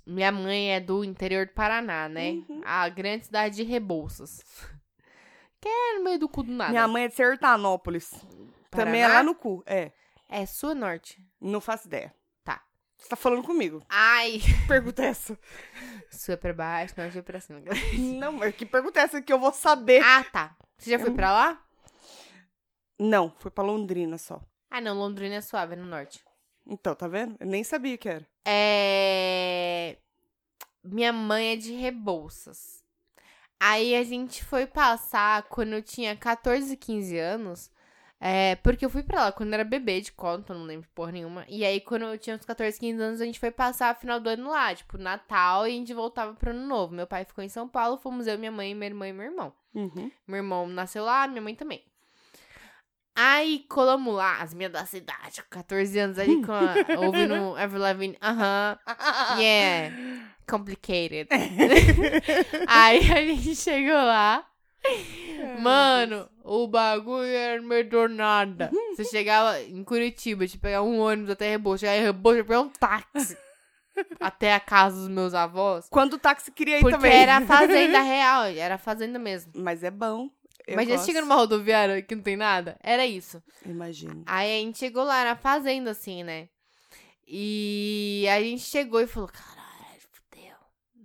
Speaker 2: Minha mãe é do interior do Paraná, né?
Speaker 1: Uhum.
Speaker 2: A grande cidade de Rebouças. Que é no meio do cu do nada.
Speaker 1: Minha mãe é de Sertanópolis. Também é
Speaker 2: Paraná?
Speaker 1: lá no cu. É.
Speaker 2: É sua norte.
Speaker 1: Não faço ideia.
Speaker 2: Tá.
Speaker 1: Você tá falando comigo.
Speaker 2: Ai!
Speaker 1: Pergunta essa.
Speaker 2: Sua é pra baixo, norte é pra cima.
Speaker 1: não, mas que pergunta é essa que eu vou saber?
Speaker 2: ah, tá. Você já foi pra lá?
Speaker 1: Não, foi pra Londrina só.
Speaker 2: Ah, não. Londrina é suave, é no norte.
Speaker 1: Então, tá vendo? Eu nem sabia que era.
Speaker 2: É... Minha mãe é de Rebouças. Aí a gente foi passar quando eu tinha 14, 15 anos. É, porque eu fui pra lá quando eu era bebê de conta, não lembro porra nenhuma. E aí, quando eu tinha uns 14, 15 anos, a gente foi passar a final do ano lá, tipo, Natal, e a gente voltava pro ano novo. Meu pai ficou em São Paulo, fomos eu, minha mãe, minha irmã e meu irmão.
Speaker 1: Uhum.
Speaker 2: Meu irmão nasceu lá, minha mãe também. Aí colamos lá, as minhas da cidade, com 14 anos ali, com a, ouvindo Ever Lavigne, aham,
Speaker 1: Ah,
Speaker 2: yeah, complicated. Aí a gente chegou lá, mano, o bagulho era no meio do nada. Você chegava em Curitiba, tinha que pegar um ônibus até Rebouça, chegar em Rebouça, tinha que pegar um táxi até a casa dos meus avós.
Speaker 1: Quando o táxi queria ir
Speaker 2: é Porque
Speaker 1: também.
Speaker 2: era fazenda real, era fazenda mesmo.
Speaker 1: Mas é bom. Eu
Speaker 2: Mas já
Speaker 1: gosto.
Speaker 2: chega numa rodoviária que não tem nada? Era isso.
Speaker 1: Imagino.
Speaker 2: Aí a gente chegou lá na fazenda, assim, né? E a gente chegou e falou, caralho, fudeu.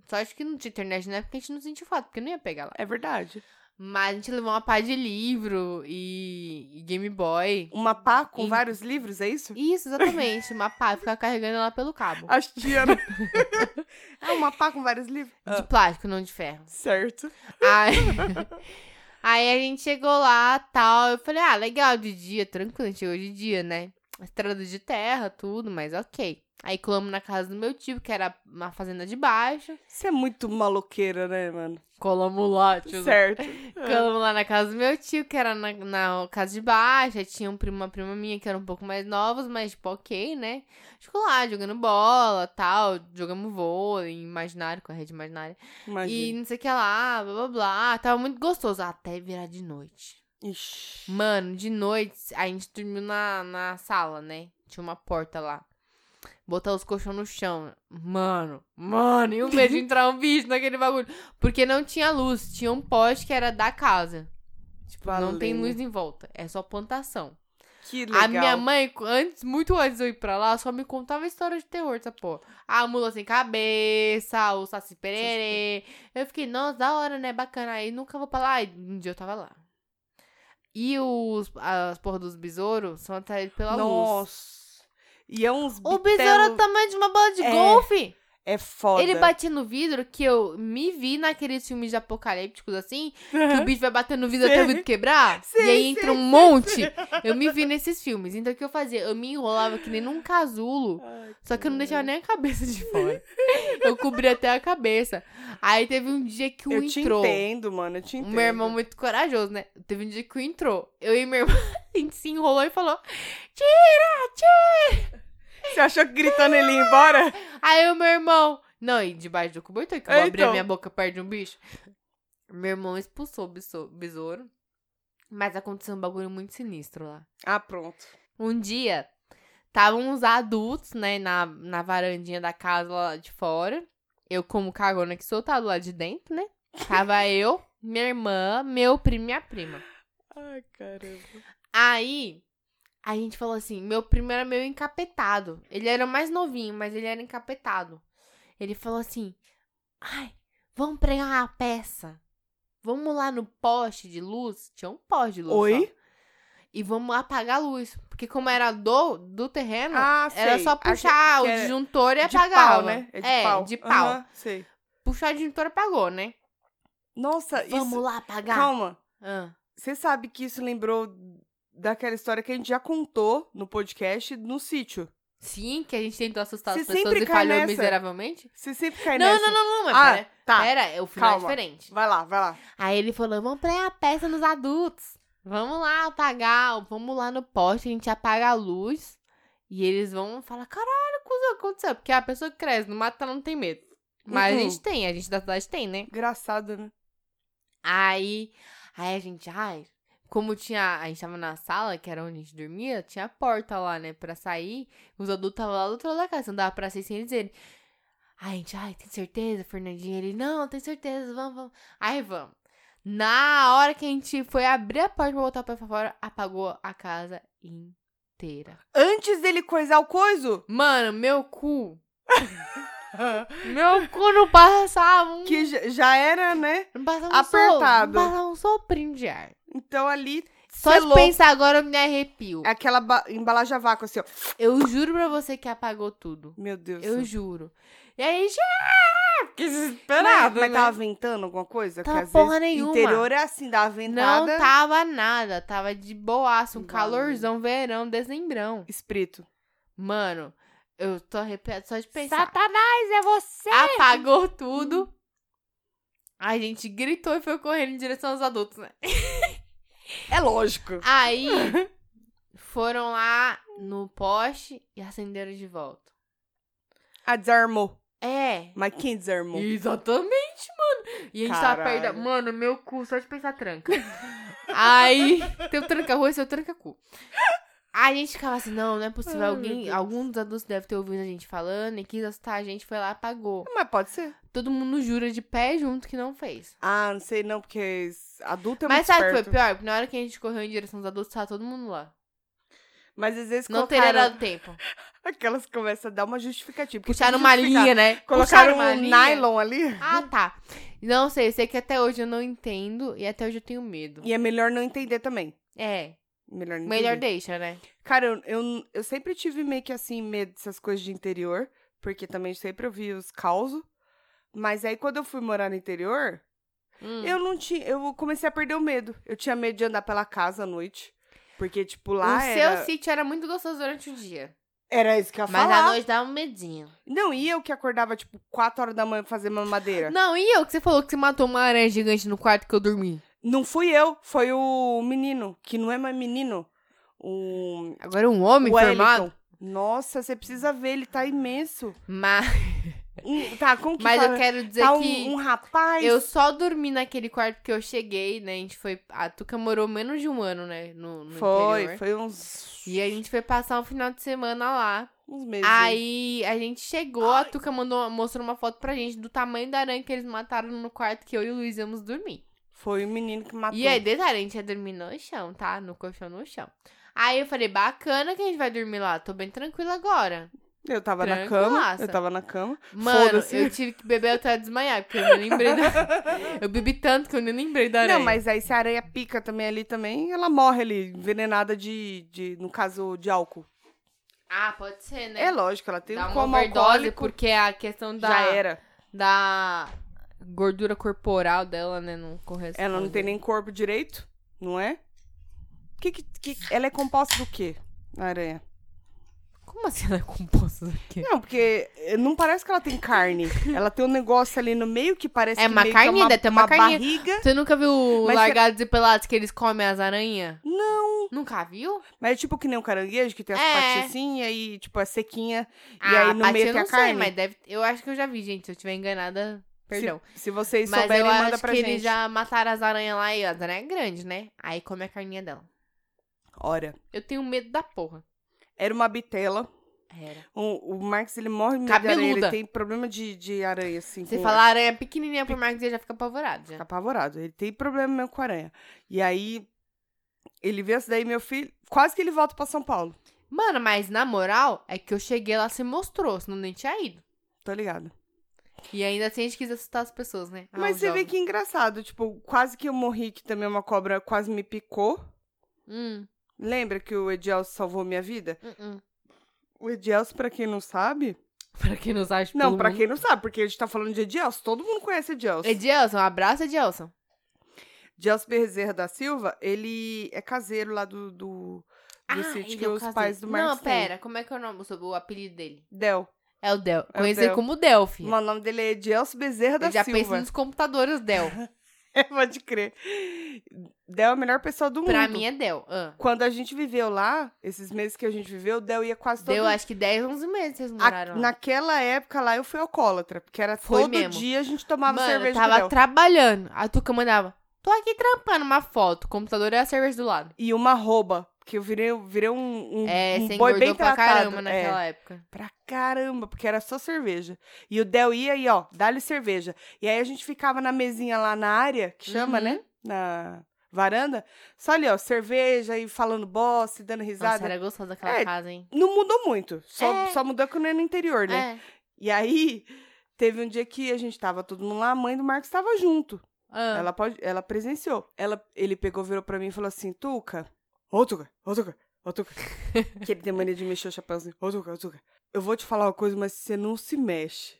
Speaker 2: Só acho que não tinha internet na época, a gente não sentiu falta, porque não ia pegar lá.
Speaker 1: É verdade.
Speaker 2: Mas a gente levou uma pá de livro e, e Game Boy.
Speaker 1: Uma pá com
Speaker 2: Em-
Speaker 1: vários livros, é isso?
Speaker 2: Isso, exatamente, uma pá, ficar carregando ela pelo cabo.
Speaker 1: As tia, né?
Speaker 2: Ah,
Speaker 1: é uma pá com vários livros?
Speaker 2: De
Speaker 1: Ah,
Speaker 2: plástico, não de ferro.
Speaker 1: certo.
Speaker 2: Aí, aí a gente chegou lá tal. Eu falei, ah, legal, de dia, tranquilo, a gente chegou de dia, né? Estrada de terra, tudo, mas ok. Aí colamos na casa do meu tio, que era uma fazenda de baixo.
Speaker 1: Você é muito maloqueira, né, mano?
Speaker 2: Colamos lá, tio. É.
Speaker 1: Certo.
Speaker 2: Colamos lá na casa do meu tio, que era na, na casa de baixo. Aí tinha um primo, uma prima minha que era um pouco mais novos, mas tipo, ok, né? Ficou lá jogando bola tal. Jogamos vôlei, imaginário, com a rede imaginária. E
Speaker 1: Imagino.
Speaker 2: não sei o que lá, blá blá blá. Tava muito gostoso. Até virar de noite.
Speaker 1: Ixi.
Speaker 2: Mano, de noite a gente dormiu na, na sala, né? Tinha uma porta lá. Botar os colchões no chão. Mano, mano, e o medo de entrar um bicho naquele bagulho. Porque não tinha luz, tinha um poste que era da casa. Tipo, não tem
Speaker 1: Valendo.
Speaker 2: luz em volta, é só plantação.
Speaker 1: Que legal.
Speaker 2: A minha mãe, antes, muito antes de eu ir pra lá, só me contava história de terror, essa porra. A mula sem cabeça, o saci pererê. Eu fiquei, nossa, da hora, né? Bacana. Aí nunca vou pra lá. E um dia eu tava lá. E os, as porras dos besouros são atraídos pela luz.
Speaker 1: Nossa. E é uns
Speaker 2: O besouro é
Speaker 1: bitelo-
Speaker 2: o tamanho de uma bola de
Speaker 1: É,
Speaker 2: golfe.
Speaker 1: É foda.
Speaker 2: Ele batia no vidro que eu me vi naqueles filmes de apocalípticos assim, que o bicho vai bater no vidro até o vidro quebrar,
Speaker 1: Sim,
Speaker 2: e aí
Speaker 1: sim,
Speaker 2: entra um monte. Eu me vi nesses filmes. Então o que eu fazia? Eu me enrolava que nem num casulo,
Speaker 1: Ai,
Speaker 2: só que eu não deixava nem a cabeça de fora. Eu cobria até a cabeça. Aí teve um dia que o
Speaker 1: Eu te
Speaker 2: entrou.
Speaker 1: entendo, mano. Eu te
Speaker 2: O
Speaker 1: entendo.
Speaker 2: meu irmão muito corajoso, né? Teve um dia que o entrou. Eu e meu irmão, a gente se enrolou e falou: Tira, tira!
Speaker 1: Você achou que gritando ele ia embora?
Speaker 2: Aí o meu irmão. Não, e debaixo do cobertor, que eu vou
Speaker 1: É,
Speaker 2: abrir a
Speaker 1: então.
Speaker 2: minha boca perto de um bicho. Meu irmão expulsou o beso- besouro. Mas aconteceu um bagulho muito sinistro lá.
Speaker 1: Ah, pronto.
Speaker 2: Um dia, estavam uns adultos, né, na, na varandinha da casa lá de fora. Eu, como cagona que sou, tava lá de dentro, né? Tava eu, minha irmã, meu primo e minha prima.
Speaker 1: Ai, caramba.
Speaker 2: Aí, a gente falou assim: meu primo era meio encapetado. Ele era o mais novinho, mas ele era encapetado. Ele falou assim: ai, vamos pregar uma peça. Vamos lá no poste de luz. Tinha um poste de luz.
Speaker 1: Oi?
Speaker 2: só. e vamos apagar a luz. Porque como era do, do terreno,
Speaker 1: Ah,
Speaker 2: era
Speaker 1: sei.
Speaker 2: só
Speaker 1: Acho
Speaker 2: puxar o
Speaker 1: que é
Speaker 2: disjuntor e
Speaker 1: de
Speaker 2: apagava.
Speaker 1: pau, né? É de pau.
Speaker 2: de pau.
Speaker 1: Aham, sei.
Speaker 2: Puxar o disjuntor apagou, né?
Speaker 1: Nossa,
Speaker 2: Vamos
Speaker 1: Tá, isso...
Speaker 2: lá apagar.
Speaker 1: Calma.
Speaker 2: Ah,
Speaker 1: Você sabe que isso lembrou daquela história que a gente já contou no podcast no sítio.
Speaker 2: Sim, que a gente tentou assustar
Speaker 1: Você
Speaker 2: as pessoas
Speaker 1: sempre
Speaker 2: e
Speaker 1: cai
Speaker 2: falhou
Speaker 1: nessa.
Speaker 2: miseravelmente.
Speaker 1: Você sempre cai
Speaker 2: Não,
Speaker 1: nessa.
Speaker 2: não, não, não, mas
Speaker 1: Ah,
Speaker 2: pera.
Speaker 1: tá.
Speaker 2: Pera, o final
Speaker 1: Calma.
Speaker 2: é diferente.
Speaker 1: Vai lá, vai lá.
Speaker 2: Aí ele falou: vamos pra a peça nos adultos. Vamos lá apagar, vamos lá no poste, a gente apaga a luz. E eles vão falar: caralho, cuzão, o que aconteceu? Porque a pessoa que cresce no mato, ela não tem medo. Mas a
Speaker 1: Uhum.
Speaker 2: gente tem, a gente da cidade tem, né?
Speaker 1: Engraçado, né?
Speaker 2: Aí, aí a gente, ai, como tinha, a gente tava na sala, que era onde a gente dormia, tinha a porta lá, né, pra sair. Os adultos estavam lá do outro lado da casa, não dava pra sair sem eles dizerem. Aí a gente, ai, tem certeza, Fernandinho? Ele, não, tem certeza, vamos, vamos. Aí vamos. Na hora que a gente foi abrir a porta pra botar o pé pra fora, apagou a casa inteira.
Speaker 1: Antes dele coisar o coiso,
Speaker 2: Mano, meu cu, meu cu não passava um...
Speaker 1: que já- já era, né?
Speaker 2: Não passava um
Speaker 1: Apertado.
Speaker 2: Sol, não passava um soprinho de ar.
Speaker 1: Então ali
Speaker 2: Só
Speaker 1: selou
Speaker 2: de pensar agora eu me arrepio.
Speaker 1: aquela ba- embalagem a vácuo assim, ó.
Speaker 2: Eu juro pra você que apagou tudo.
Speaker 1: Meu Deus.
Speaker 2: Eu juro. E aí, já... Que
Speaker 1: mas,
Speaker 2: desesperado, né?
Speaker 1: mas tava ventando alguma coisa?
Speaker 2: Tava
Speaker 1: que às
Speaker 2: porra
Speaker 1: vezes
Speaker 2: nenhuma.
Speaker 1: interior é assim, dá uma
Speaker 2: Não tá.
Speaker 1: ventada.
Speaker 2: tava nada. Tava de boaço, um
Speaker 1: Mano.
Speaker 2: calorzão, verão, dezembrão.
Speaker 1: Espírito.
Speaker 2: Mano, eu tô arrepiada só de pensar.
Speaker 4: Satanás, é você!
Speaker 2: Apagou tudo. A gente gritou e foi correndo em direção aos adultos, né?
Speaker 1: É lógico.
Speaker 2: Aí, foram lá no poste e acenderam de volta.
Speaker 1: Ah, desarmou.
Speaker 2: É,
Speaker 1: Mas quem desarmou?
Speaker 2: Exatamente, mano. E a gente tava
Speaker 1: Caralho.
Speaker 2: perto. da- Mano, meu cu, só de pensar tranca. Aí, teu tranca rua e seu tranca cu. Aí a gente ficava assim, não, não é possível.
Speaker 1: Ai, meu
Speaker 2: Alguém,
Speaker 1: Deus.
Speaker 2: algum dos adultos deve ter ouvido a gente falando e quis assustar a gente, foi lá, apagou.
Speaker 1: Mas pode ser.
Speaker 2: Todo mundo jura de pé junto que não fez.
Speaker 1: Ah, não sei não, porque adulto é muito
Speaker 2: Mas sabe o que
Speaker 1: esperto.
Speaker 2: foi pior? Porque na hora que a gente correu em direção aos adultos, tava todo mundo lá.
Speaker 1: Mas às vezes
Speaker 2: Não teria
Speaker 1: colocaram...
Speaker 2: dado tempo.
Speaker 1: Aquelas que começam a dar uma justificativa. porque
Speaker 2: Puxaram
Speaker 1: tem que
Speaker 2: uma
Speaker 1: justificar.
Speaker 2: linha, né?
Speaker 1: Colocaram
Speaker 2: Puxaram uma
Speaker 1: um
Speaker 2: linha.
Speaker 1: nylon ali.
Speaker 2: Ah, tá. Não sei, sei que até hoje eu não entendo e até hoje eu tenho medo.
Speaker 1: E é melhor não entender também.
Speaker 2: É.
Speaker 1: Melhor não
Speaker 2: Melhor
Speaker 1: entender.
Speaker 2: deixa, né?
Speaker 1: Cara, eu, eu, eu sempre tive meio que assim, medo dessas coisas de interior. Porque também sempre eu vi os causos. Mas aí quando eu fui morar no interior,
Speaker 2: Hum.
Speaker 1: eu não tinha. Eu comecei a perder o medo. Eu tinha medo de andar pela casa à noite. Porque, tipo, lá.
Speaker 2: o
Speaker 1: era...
Speaker 2: seu sítio era muito gostoso durante o dia.
Speaker 1: Era isso que eu ia
Speaker 2: Mas
Speaker 1: falar.
Speaker 2: à noite dava um medinho.
Speaker 1: Não, e eu que acordava, tipo, 4 horas da manhã pra fazer mamadeira. Não,
Speaker 2: Não, e eu que você falou que você matou uma aranha gigante no quarto que eu dormi?
Speaker 1: fui eu, foi o menino, que não é mais menino. O.
Speaker 2: Agora um homem
Speaker 1: o
Speaker 2: formado?
Speaker 1: Wellington. Nossa, você precisa ver, ele tá imenso.
Speaker 2: Mas,
Speaker 1: Um- tá, como que
Speaker 2: mas
Speaker 1: fala?
Speaker 2: eu quero dizer
Speaker 1: Tá um,
Speaker 2: que
Speaker 1: um rapaz.
Speaker 2: eu só dormi naquele quarto que eu cheguei, né? A gente foi. A Tuca morou menos de um ano, né? No, no
Speaker 1: Foi,
Speaker 2: interior.
Speaker 1: foi uns.
Speaker 2: E a gente foi passar um final de semana lá.
Speaker 1: Uns meses.
Speaker 2: Aí a gente chegou, a Tuca mandou, mostrou uma foto pra gente do tamanho da aranha que eles mataram no quarto que eu e o Luiz íamos dormir.
Speaker 1: Foi o menino que matou.
Speaker 2: E aí, detalhe, a gente ia dormir no chão, tá? No colchão no chão. Aí eu falei, bacana que a gente vai dormir lá, tô bem tranquila agora.
Speaker 1: Eu tava na cama.
Speaker 2: Tranquilaça.
Speaker 1: Eu tava na cama.
Speaker 2: Mano,
Speaker 1: Foda-se.
Speaker 2: eu tive que beber até desmaiar, porque eu não lembrei da... Eu bebi tanto que eu nem lembrei da aranha.
Speaker 1: Não, mas aí se a aranha pica também ali também, ela morre ali, envenenada de. de no caso, de álcool.
Speaker 2: Ah, pode ser, né?
Speaker 1: É lógico, ela tem
Speaker 2: Dá
Speaker 1: um
Speaker 2: uma
Speaker 1: coma
Speaker 2: overdose,
Speaker 1: alcoólico.
Speaker 2: porque a questão da...
Speaker 1: Já era.
Speaker 2: Da gordura corporal dela, né, não corresponde.
Speaker 1: Ela não tem nem corpo direito, não é? Que, que, que- ela é composta do quê, a aranha?
Speaker 2: Como assim ela é composta do quê?
Speaker 1: Não, porque eh, não parece que ela tem carne. Ela tem um negócio ali no meio que parece
Speaker 2: É
Speaker 1: que
Speaker 2: uma
Speaker 1: meio que
Speaker 2: carninha,
Speaker 1: é
Speaker 2: deve ter uma carninha.
Speaker 1: barriga.
Speaker 2: Você nunca viu
Speaker 1: Mas se-
Speaker 2: largados e pelados que eles comem as aranhas?
Speaker 1: Não,
Speaker 2: Nunca viu?
Speaker 1: mas é tipo que nem um caranguejo, que tem as
Speaker 2: É.
Speaker 1: partes assim, e aí, tipo, é sequinha. E
Speaker 2: Ah,
Speaker 1: aí no
Speaker 2: Paty,
Speaker 1: meio
Speaker 2: eu
Speaker 1: tem a
Speaker 2: não sei,
Speaker 1: carne.
Speaker 2: mas deve. Eu acho que eu já vi, gente. Se eu estiver enganada, perdão.
Speaker 1: Se, se vocês
Speaker 2: mas
Speaker 1: souberem,
Speaker 2: eu
Speaker 1: manda
Speaker 2: acho
Speaker 1: pra
Speaker 2: que
Speaker 1: gente.
Speaker 2: eles já mataram as aranhas lá e a aranha é grande, né? Aí come a carninha dela.
Speaker 1: Ora,
Speaker 2: Eu tenho medo da porra.
Speaker 1: era uma bitela.
Speaker 2: Era.
Speaker 1: O, o Marx, ele morre de medo de aranha. Ele
Speaker 2: Cabeluda.
Speaker 1: tem problema de, de aranha, assim.
Speaker 2: Você
Speaker 1: com-
Speaker 2: falar aranha é pequenininha pro Marcos, ele já fica apavorado.
Speaker 1: Fica
Speaker 2: Já.
Speaker 1: apavorado. Ele tem problema mesmo com aranha. E aí, ele vê isso daí, meu filho. Quase que ele volta pra São Paulo.
Speaker 2: Mano, mas na moral, é que eu cheguei lá se mostrou, senão nem tinha ido.
Speaker 1: Tô tá ligado.
Speaker 2: E ainda assim a gente quis assustar as pessoas, né? Ah,
Speaker 1: Mas
Speaker 2: o
Speaker 1: você vê
Speaker 2: jovem.
Speaker 1: que é engraçado. Tipo, quase que eu morri, que também uma cobra quase me picou.
Speaker 2: Hum.
Speaker 1: Lembra que o Edielso salvou minha vida?
Speaker 2: Uh-uh.
Speaker 1: O Edielso, pra quem não sabe.
Speaker 2: Pra quem não sabe, tipo, um
Speaker 1: Não, pra quem não sabe, porque a gente tá falando de Edielso. Todo mundo conhece Edielso.
Speaker 2: Edilson, um abraço, Edilson.
Speaker 1: Edielso Bezerra da Silva, ele é caseiro lá do, do,
Speaker 2: Ah,
Speaker 1: do sítio que os pais do Marcos.
Speaker 2: é Não, pera, como é que é o nome, o apelido dele?
Speaker 1: têm. Del.
Speaker 2: É o Del.
Speaker 1: É o
Speaker 2: Conhecido
Speaker 1: Del.
Speaker 2: como Del, filho.
Speaker 1: Mas O nome dele é Edielso Bezerra da
Speaker 2: Eu já
Speaker 1: Silva.
Speaker 2: penso nos computadores Del.
Speaker 1: É, pode crer. Del é a melhor pessoa do
Speaker 2: pra
Speaker 1: mundo.
Speaker 2: mim é Del. Ah.
Speaker 1: Quando a gente viveu lá, esses meses que a gente viveu, Del ia quase todo
Speaker 2: Deu acho que 10, 11 meses vocês
Speaker 1: A-
Speaker 2: moraram. lá.
Speaker 1: naquela época lá eu fui alcoólatra, porque era
Speaker 2: Foi
Speaker 1: todo
Speaker 2: mesmo.
Speaker 1: dia a gente tomava
Speaker 2: Mano, eu
Speaker 1: cerveja com
Speaker 2: tava
Speaker 1: Del.
Speaker 2: trabalhando. A Tuca mandava, tô aqui trampando uma foto. O computador é a cerveja do lado.
Speaker 1: E uma rouba, porque eu virei, eu virei um, um,
Speaker 2: É,
Speaker 1: um
Speaker 2: você
Speaker 1: boi bem
Speaker 2: engordou pra
Speaker 1: tratado.
Speaker 2: caramba
Speaker 1: é,
Speaker 2: naquela época.
Speaker 1: pra caramba, porque era só cerveja. E o Del ia e, ó, dá-lhe cerveja. E aí a gente ficava na mesinha lá na área, que chama,
Speaker 2: Uhum.
Speaker 1: né? Na varanda. Só ali, ó, cerveja e falando bosta e dando risada.
Speaker 2: Nossa, era gostosa aquela
Speaker 1: É,
Speaker 2: casa, hein?
Speaker 1: Não mudou muito. Só,
Speaker 2: É.
Speaker 1: só mudou que não é no interior, né?
Speaker 2: É.
Speaker 1: E aí, teve um dia que a gente tava todo mundo lá, a mãe do Marcos tava junto.
Speaker 2: Ah.
Speaker 1: Ela, pode, ela presenciou. Ela, ele pegou, virou pra mim e falou assim, Tuca, ô Tuca, ô Tuca, ô Tuca. que ele tem mania de mexer o chapéuzinho. Ô Tuca, ô Tuca, eu vou te falar uma coisa, mas você não se mexe.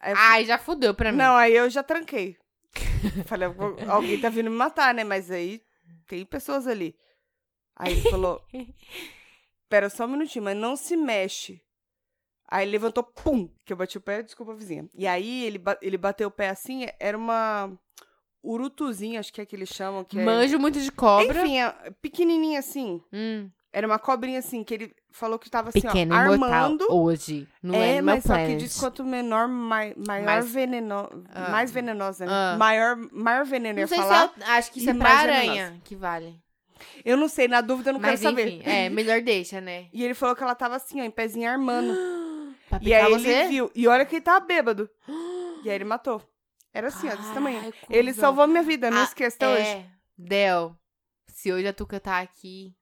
Speaker 1: Aí eu
Speaker 2: Ai, já fudeu pra
Speaker 1: falei,
Speaker 2: mim.
Speaker 1: é não, aí eu já tranquei. falei, "Algu- alguém tá vindo me matar, né? Mas aí tem pessoas ali. Aí ele falou, pera só um minutinho, mas não se mexe. Aí ele levantou, pum, que eu bati o pé, desculpa, vizinha. E aí ele, ba- ele bateu o pé assim, era uma urutuzinha, acho que é que eles chamam. Que é-
Speaker 2: Manjo muito de cobra.
Speaker 1: Enfim, é pequenininha assim.
Speaker 2: Hum.
Speaker 1: Era uma cobrinha assim, que ele falou que tava assim,
Speaker 2: Pequeno
Speaker 1: ó,
Speaker 2: e
Speaker 1: armando.
Speaker 2: mortal hoje. Não é,
Speaker 1: é,
Speaker 2: no
Speaker 1: mas
Speaker 2: meu
Speaker 1: só que
Speaker 2: planet.
Speaker 1: diz quanto menor, mai, maior
Speaker 2: Mais-
Speaker 1: veneno,
Speaker 2: Ah.
Speaker 1: mais venenosa. né?
Speaker 2: Ah.
Speaker 1: Maior, maior veneno, eu
Speaker 2: Não
Speaker 1: ia
Speaker 2: sei
Speaker 1: falar.
Speaker 2: se é, acho que isso
Speaker 1: e
Speaker 2: é pra
Speaker 1: mais
Speaker 2: aranha
Speaker 1: venenosa.
Speaker 2: que vale.
Speaker 1: Eu não sei, na dúvida eu não
Speaker 2: mas
Speaker 1: quero
Speaker 2: enfim,
Speaker 1: saber.
Speaker 2: é, melhor deixa, né?
Speaker 1: E ele falou que ela tava assim, ó, em pezinho armando.
Speaker 2: Pra
Speaker 1: E aí
Speaker 2: picar você?
Speaker 1: ele viu. E olha que ele tava bêbado. E aí ele matou. Era assim, ó, desse tamanho.
Speaker 2: Caralho,
Speaker 1: Ele
Speaker 2: cuzão.
Speaker 1: salvou minha vida, não
Speaker 2: Ah,
Speaker 1: esqueça até
Speaker 2: É,
Speaker 1: hoje.
Speaker 2: Del, se hoje a Tuca tá aqui,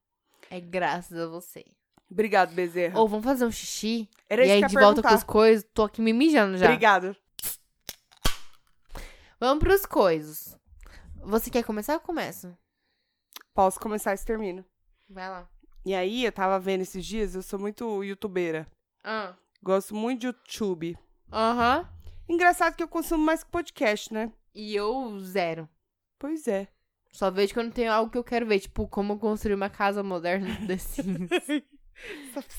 Speaker 2: é graças a você.
Speaker 1: Obrigado, Bezerra.
Speaker 2: Ou vamos fazer um xixi?
Speaker 1: É. Era
Speaker 2: e
Speaker 1: isso
Speaker 2: aí,
Speaker 1: que eu
Speaker 2: de
Speaker 1: ia
Speaker 2: volta
Speaker 1: perguntar.
Speaker 2: com os coisas, tô aqui me mijando já.
Speaker 1: Obrigado.
Speaker 2: Vamos pros coisas. Você quer começar ou eu começo?
Speaker 1: Posso começar esse termino.
Speaker 2: Vai lá.
Speaker 1: E aí, eu tava vendo esses dias, eu sou muito youtubeira.
Speaker 2: Ah.
Speaker 1: Gosto muito de YouTube.
Speaker 2: Aham.
Speaker 1: Engraçado que eu consumo mais que podcast, né?
Speaker 2: E eu, zero.
Speaker 1: Pois é.
Speaker 2: Só vejo quando tem algo que eu quero ver, tipo, como construir uma casa moderna no The Sims.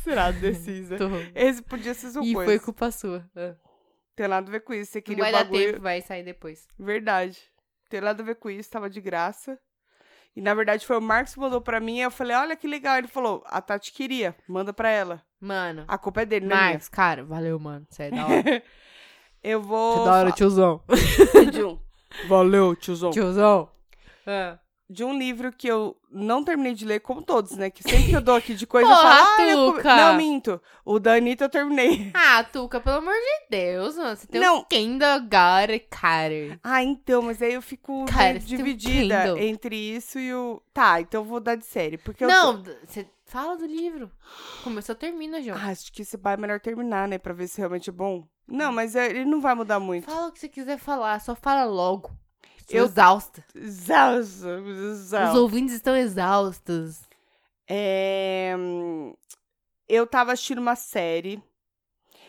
Speaker 1: Será decisa.
Speaker 2: Tô.
Speaker 1: Esse podia ser sua
Speaker 2: E
Speaker 1: coisa.
Speaker 2: foi culpa sua. Ah.
Speaker 1: Tem nada a ver com isso. Você
Speaker 2: Não
Speaker 1: queria
Speaker 2: vai
Speaker 1: o
Speaker 2: dar
Speaker 1: bagulho.
Speaker 2: tempo, vai sair depois.
Speaker 1: Verdade. Tem nada a ver com isso, tava de graça. E na verdade foi o Marcos que mandou pra mim. aí Eu falei, olha que legal. Ele falou, a Tati queria, manda pra ela.
Speaker 2: Mano.
Speaker 1: A culpa é dele, não é minha.
Speaker 2: Marcos, cara, valeu, mano. Você é da hora.
Speaker 1: Eu
Speaker 2: Você é
Speaker 1: vou.
Speaker 2: da hora, tiozão.
Speaker 1: falar de um. Valeu, tiozão.
Speaker 2: Tiozão. Ah.
Speaker 1: De um livro que eu não terminei de ler, como todos, né? Que sempre que eu dou aqui de coisa, eu
Speaker 2: Porra,
Speaker 1: falo. "Ah, eu come-"
Speaker 2: Tuca!
Speaker 1: Não, minto. O da Anitta eu terminei.
Speaker 2: Ah, Tuca, pelo amor de Deus, mano. Você tem
Speaker 1: Não.
Speaker 2: um kindergarten, cara.
Speaker 1: Ah, então, mas aí eu fico meio
Speaker 2: Cara, você tem um
Speaker 1: dividida
Speaker 2: Kindle.
Speaker 1: entre isso e o. Tá, então eu vou dar de série. Porque eu
Speaker 2: Não, você fala do livro. Começou, termina, João.
Speaker 1: Ah, acho que esse bar é melhor terminar, né? Pra ver se realmente é bom. Não, mas é, ele não vai mudar muito.
Speaker 2: Hum. Fala o que você quiser falar, só fala logo. Estou
Speaker 1: Eu-
Speaker 2: exausta.
Speaker 1: Zauso,
Speaker 2: Os
Speaker 1: zau.
Speaker 2: ouvintes estão exaustos.
Speaker 1: É... hum, Eu tava assistindo uma série.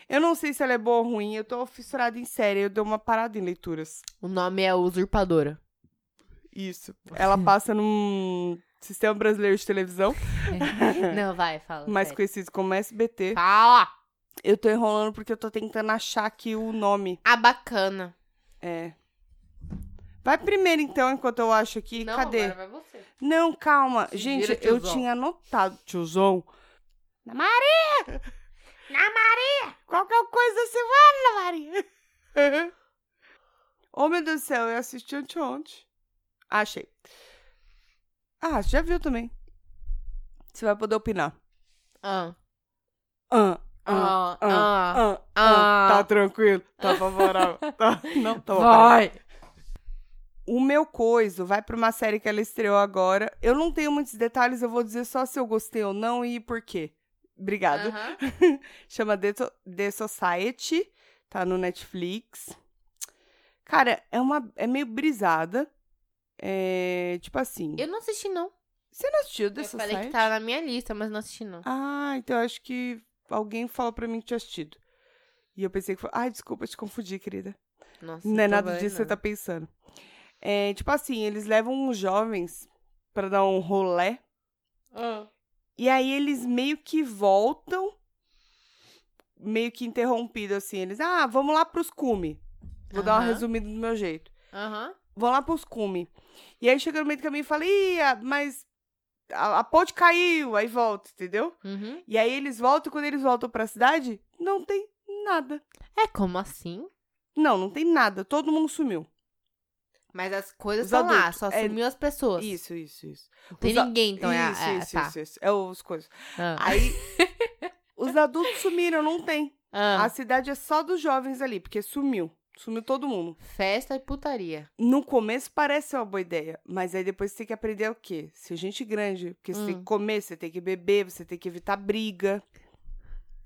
Speaker 1: Eu não sei se ela é boa ou ruim. Eu tô fissurada em série. Eu dei uma parada em leituras.
Speaker 2: O nome é Usurpadora.
Speaker 1: Isso. Ela passa num sistema brasileiro de televisão,
Speaker 2: É. Não, vai, fala.
Speaker 1: mais
Speaker 2: sério.
Speaker 1: conhecido como SBT.
Speaker 2: Fala!
Speaker 1: Eu tô enrolando porque eu tô tentando achar aqui o nome.
Speaker 2: A ah, bacana.
Speaker 1: É. Vai primeiro, então, enquanto eu acho aqui.
Speaker 2: Não,
Speaker 1: Cadê?
Speaker 2: agora vai você.
Speaker 1: Não, calma.
Speaker 2: Se
Speaker 1: Gente,
Speaker 2: vira,
Speaker 1: eu
Speaker 2: tiozão.
Speaker 1: tinha anotado, tiozão. Na Maria! Na Maria! Qualquer coisa da semana, Maria! oh, meu Deus do céu, eu assisti anteontem. Ah, achei. Ah, você já viu também. Você vai poder opinar.
Speaker 2: Ah,
Speaker 1: Ah, ah,
Speaker 2: ah,
Speaker 1: ah,
Speaker 2: ah.
Speaker 1: ah,
Speaker 2: ah.
Speaker 1: Tá tranquilo, tá favorável. tá- Não, tá favorável.
Speaker 2: Vai!
Speaker 1: O meu coiso vai pra uma série que ela estreou agora. Eu não tenho muitos detalhes, eu vou dizer só se eu gostei ou não e por quê. Obrigado.
Speaker 2: Aham.
Speaker 1: Chama The, To- The Society, tá no Netflix. Cara, é uma é meio brisada. É, tipo assim,
Speaker 2: Eu não assisti, não.
Speaker 1: Você não assistiu The
Speaker 2: Eu
Speaker 1: Society?
Speaker 2: falei que tava na minha lista, mas não assisti, não.
Speaker 1: Ah, então eu acho que alguém falou pra mim que tinha assistido. E eu pensei que foi. Ai, desculpa, te confundi, querida.
Speaker 2: Nossa,
Speaker 1: Não é nada
Speaker 2: trabalho,
Speaker 1: disso que você
Speaker 2: não.
Speaker 1: tá pensando. É, tipo assim, eles levam uns jovens pra dar um rolé.
Speaker 2: Ah.
Speaker 1: E aí eles meio que voltam, meio que interrompido assim. Eles, ah, vamos lá pros cume. Vou dar uma
Speaker 2: Aham.
Speaker 1: resumida do meu jeito.
Speaker 2: Aham.
Speaker 1: Vão lá pros cume. E aí chega no meio do caminho e fala, ih, a- mas a, a ponte caiu. Aí volta, entendeu?
Speaker 2: Uhum.
Speaker 1: E aí eles voltam, e quando eles voltam pra cidade, não tem nada.
Speaker 2: É, como assim?
Speaker 1: Não, não tem nada. Todo mundo sumiu.
Speaker 2: Mas as coisas
Speaker 1: Os
Speaker 2: estão lá,
Speaker 1: adultos,
Speaker 2: só
Speaker 1: é,
Speaker 2: sumiu as pessoas.
Speaker 1: Isso, isso, isso.
Speaker 2: Não tem
Speaker 1: Os a-
Speaker 2: ninguém, então é, a-
Speaker 1: isso,
Speaker 2: é,
Speaker 1: isso,
Speaker 2: tá.
Speaker 1: isso, isso. É os coisas.
Speaker 2: Ah.
Speaker 1: Aí os adultos sumiram, não tem.
Speaker 2: Ah.
Speaker 1: A cidade é só dos jovens ali, porque sumiu. Sumiu todo mundo.
Speaker 2: Festa e putaria.
Speaker 1: No começo parece uma boa ideia, mas aí depois você tem que aprender o quê? Ser gente grande. Porque você tem
Speaker 2: Hum.
Speaker 1: que comer, você tem que beber, você tem que evitar briga.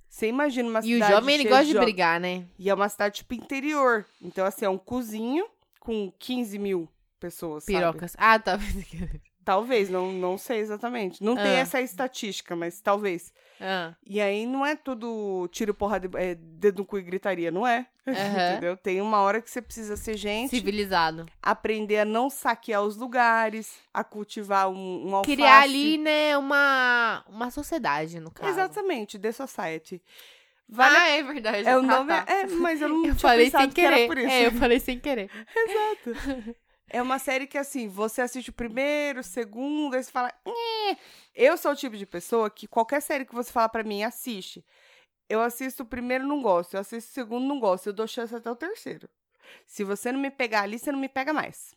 Speaker 1: Você imagina uma
Speaker 2: E
Speaker 1: cidade.
Speaker 2: o jovem, ele
Speaker 1: cheia
Speaker 2: gosta de
Speaker 1: jo-
Speaker 2: brigar, né?
Speaker 1: E é uma cidade tipo interior. Então, assim, é um cozinho com 15 mil pessoas. sabe?
Speaker 2: Pirocas. Ah, tá.
Speaker 1: Talvez, não, não sei exatamente. Não tem
Speaker 2: Ah.
Speaker 1: essa estatística, mas talvez.
Speaker 2: ah.
Speaker 1: E aí não é tudo tiro, porrada, e- é, dedo no cu e gritaria, não é?
Speaker 2: Aham.
Speaker 1: Entendeu? Tem uma hora que você precisa ser gente,
Speaker 2: Uhum.
Speaker 1: é
Speaker 2: Civilizado.
Speaker 1: aprender a não saquear os lugares, a cultivar um, um alface.
Speaker 2: Criar ali, né, uma, uma sociedade, no caso.
Speaker 1: Exatamente, The Society. Vale
Speaker 2: Ah, é verdade.
Speaker 1: a... É o
Speaker 2: Ah,
Speaker 1: nome...
Speaker 2: tá.
Speaker 1: É, mas eu não
Speaker 2: Eu
Speaker 1: tinha
Speaker 2: falei
Speaker 1: pensado
Speaker 2: sem
Speaker 1: que era
Speaker 2: querer.
Speaker 1: por isso.
Speaker 2: É, eu falei sem querer.
Speaker 1: É uma série que, assim, você assiste o primeiro, o segundo, aí você fala. "Nhê". Eu sou o tipo de pessoa que qualquer série que você fala pra mim, assiste. Eu assisto o primeiro, não gosto. Eu assisto o segundo, não gosto. Eu dou chance até o terceiro. Se você não me pegar ali, você não me pega mais.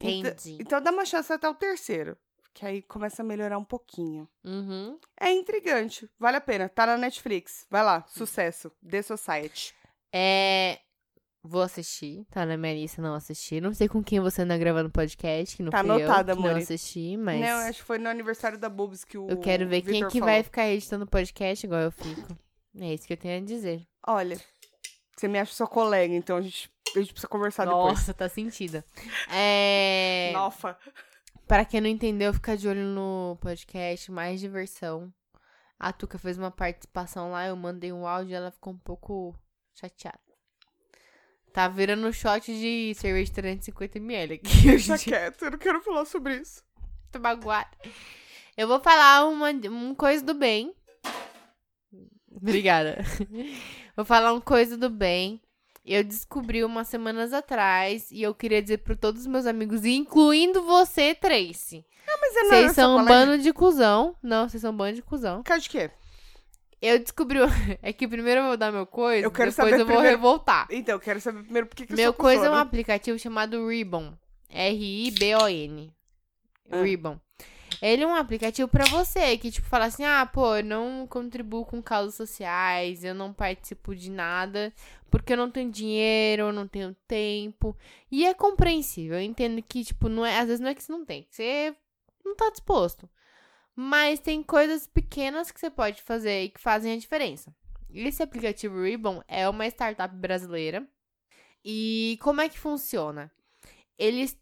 Speaker 1: Então,
Speaker 2: Entendi.
Speaker 1: então dá uma chance até o terceiro. Que aí começa a melhorar um pouquinho.
Speaker 2: Uhum.
Speaker 1: É intrigante. Vale a pena. Tá na Netflix. Vai lá. Sucesso. The Society.
Speaker 2: É... Vou assistir, tá na minha lista, não assisti. Não sei com quem você anda gravando podcast, que não
Speaker 1: Tá
Speaker 2: fui
Speaker 1: anotada,
Speaker 2: eu, que não
Speaker 1: amore.
Speaker 2: assisti, mas...
Speaker 1: Não, acho que foi no aniversário da Bubs que o.
Speaker 2: Eu quero ver quem é
Speaker 1: Vitor
Speaker 2: que
Speaker 1: falou.
Speaker 2: vai ficar editando podcast igual eu fico. É isso que eu tenho a dizer.
Speaker 1: Olha, você me acha sua colega, então a gente, a gente precisa conversar
Speaker 2: Nossa, tá sentida. É...
Speaker 1: depois. Nossa. tá
Speaker 2: Pra quem não entendeu, fica de olho no podcast, mais diversão. A Tuca fez uma participação lá, eu mandei um áudio e ela ficou um pouco chateada. Tá virando um shot de cerveja 350ml aqui hoje em
Speaker 1: Deixa
Speaker 2: dia.
Speaker 1: quieto, eu não quero falar sobre isso.
Speaker 2: Tô magoada. Eu vou falar uma, um coisa do bem. Obrigada. vou falar um coisa do bem. Eu descobri umas semanas atrás e eu queria dizer pra todos os meus amigos, incluindo você, Tracy.
Speaker 1: Mas eu não era sua
Speaker 2: Vocês são um
Speaker 1: colega.
Speaker 2: bando de cuzão. Não, vocês são um bando de cuzão.
Speaker 1: Por causa de quê?
Speaker 2: Eu descobri. É que primeiro eu vou dar meu coisa,
Speaker 1: Eu quero
Speaker 2: depois
Speaker 1: saber
Speaker 2: eu vou
Speaker 1: primeiro-
Speaker 2: revoltar.
Speaker 1: Então, eu quero saber primeiro por que, que eu sou
Speaker 2: Meu
Speaker 1: né?
Speaker 2: coisa é um
Speaker 1: cuzona.
Speaker 2: aplicativo chamado Ribbon. R-I-B-O-N.
Speaker 1: Ah.
Speaker 2: Ribbon. Ele é um aplicativo pra você que, tipo, fala assim: ah, pô, eu não contribuo com causas sociais, eu não participo de nada, porque eu não tenho dinheiro, eu não tenho tempo. E é compreensível. Eu entendo que, tipo, não é, às vezes não é que você não tem, que você não tá disposto. Mas tem coisas pequenas que você pode fazer e que fazem a diferença. Esse aplicativo Ribbon é uma startup brasileira. E como é que funciona? Eles.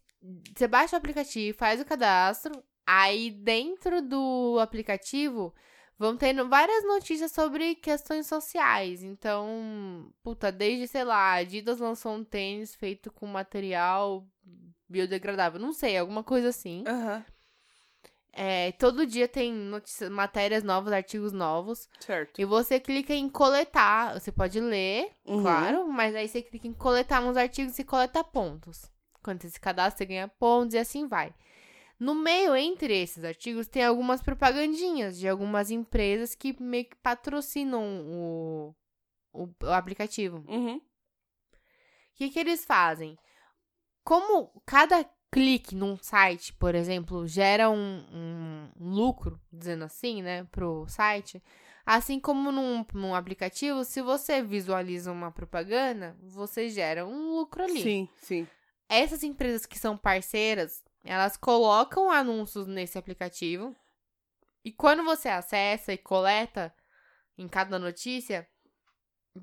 Speaker 2: Você baixa o aplicativo, faz o cadastro, aí dentro do aplicativo vão tendo várias notícias sobre questões sociais. Então, puta, desde, sei lá, a Adidas lançou um tênis feito com material biodegradável, não sei, alguma coisa assim.
Speaker 1: Aham,
Speaker 2: É, todo dia tem notícias, matérias novas, artigos novos.
Speaker 1: certo.
Speaker 2: E você clica em coletar. Você pode ler,
Speaker 1: Uhum.
Speaker 2: claro, mas aí você clica em coletar nos artigos e coleta pontos. Quando você se cadastra, você ganha pontos e assim vai. No meio, entre esses artigos, tem algumas propagandinhas de algumas empresas que meio que patrocinam o, o, o aplicativo.
Speaker 1: Uhum.
Speaker 2: O que, que eles fazem? Como cada clique num site, por exemplo, gera um, um lucro, dizendo assim, né, pro site, assim como num, num aplicativo, se você visualiza uma propaganda, você gera um lucro ali.
Speaker 1: Sim, sim.
Speaker 2: Essas empresas que são parceiras, elas colocam anúncios nesse aplicativo. E quando você acessa e coleta em cada notícia,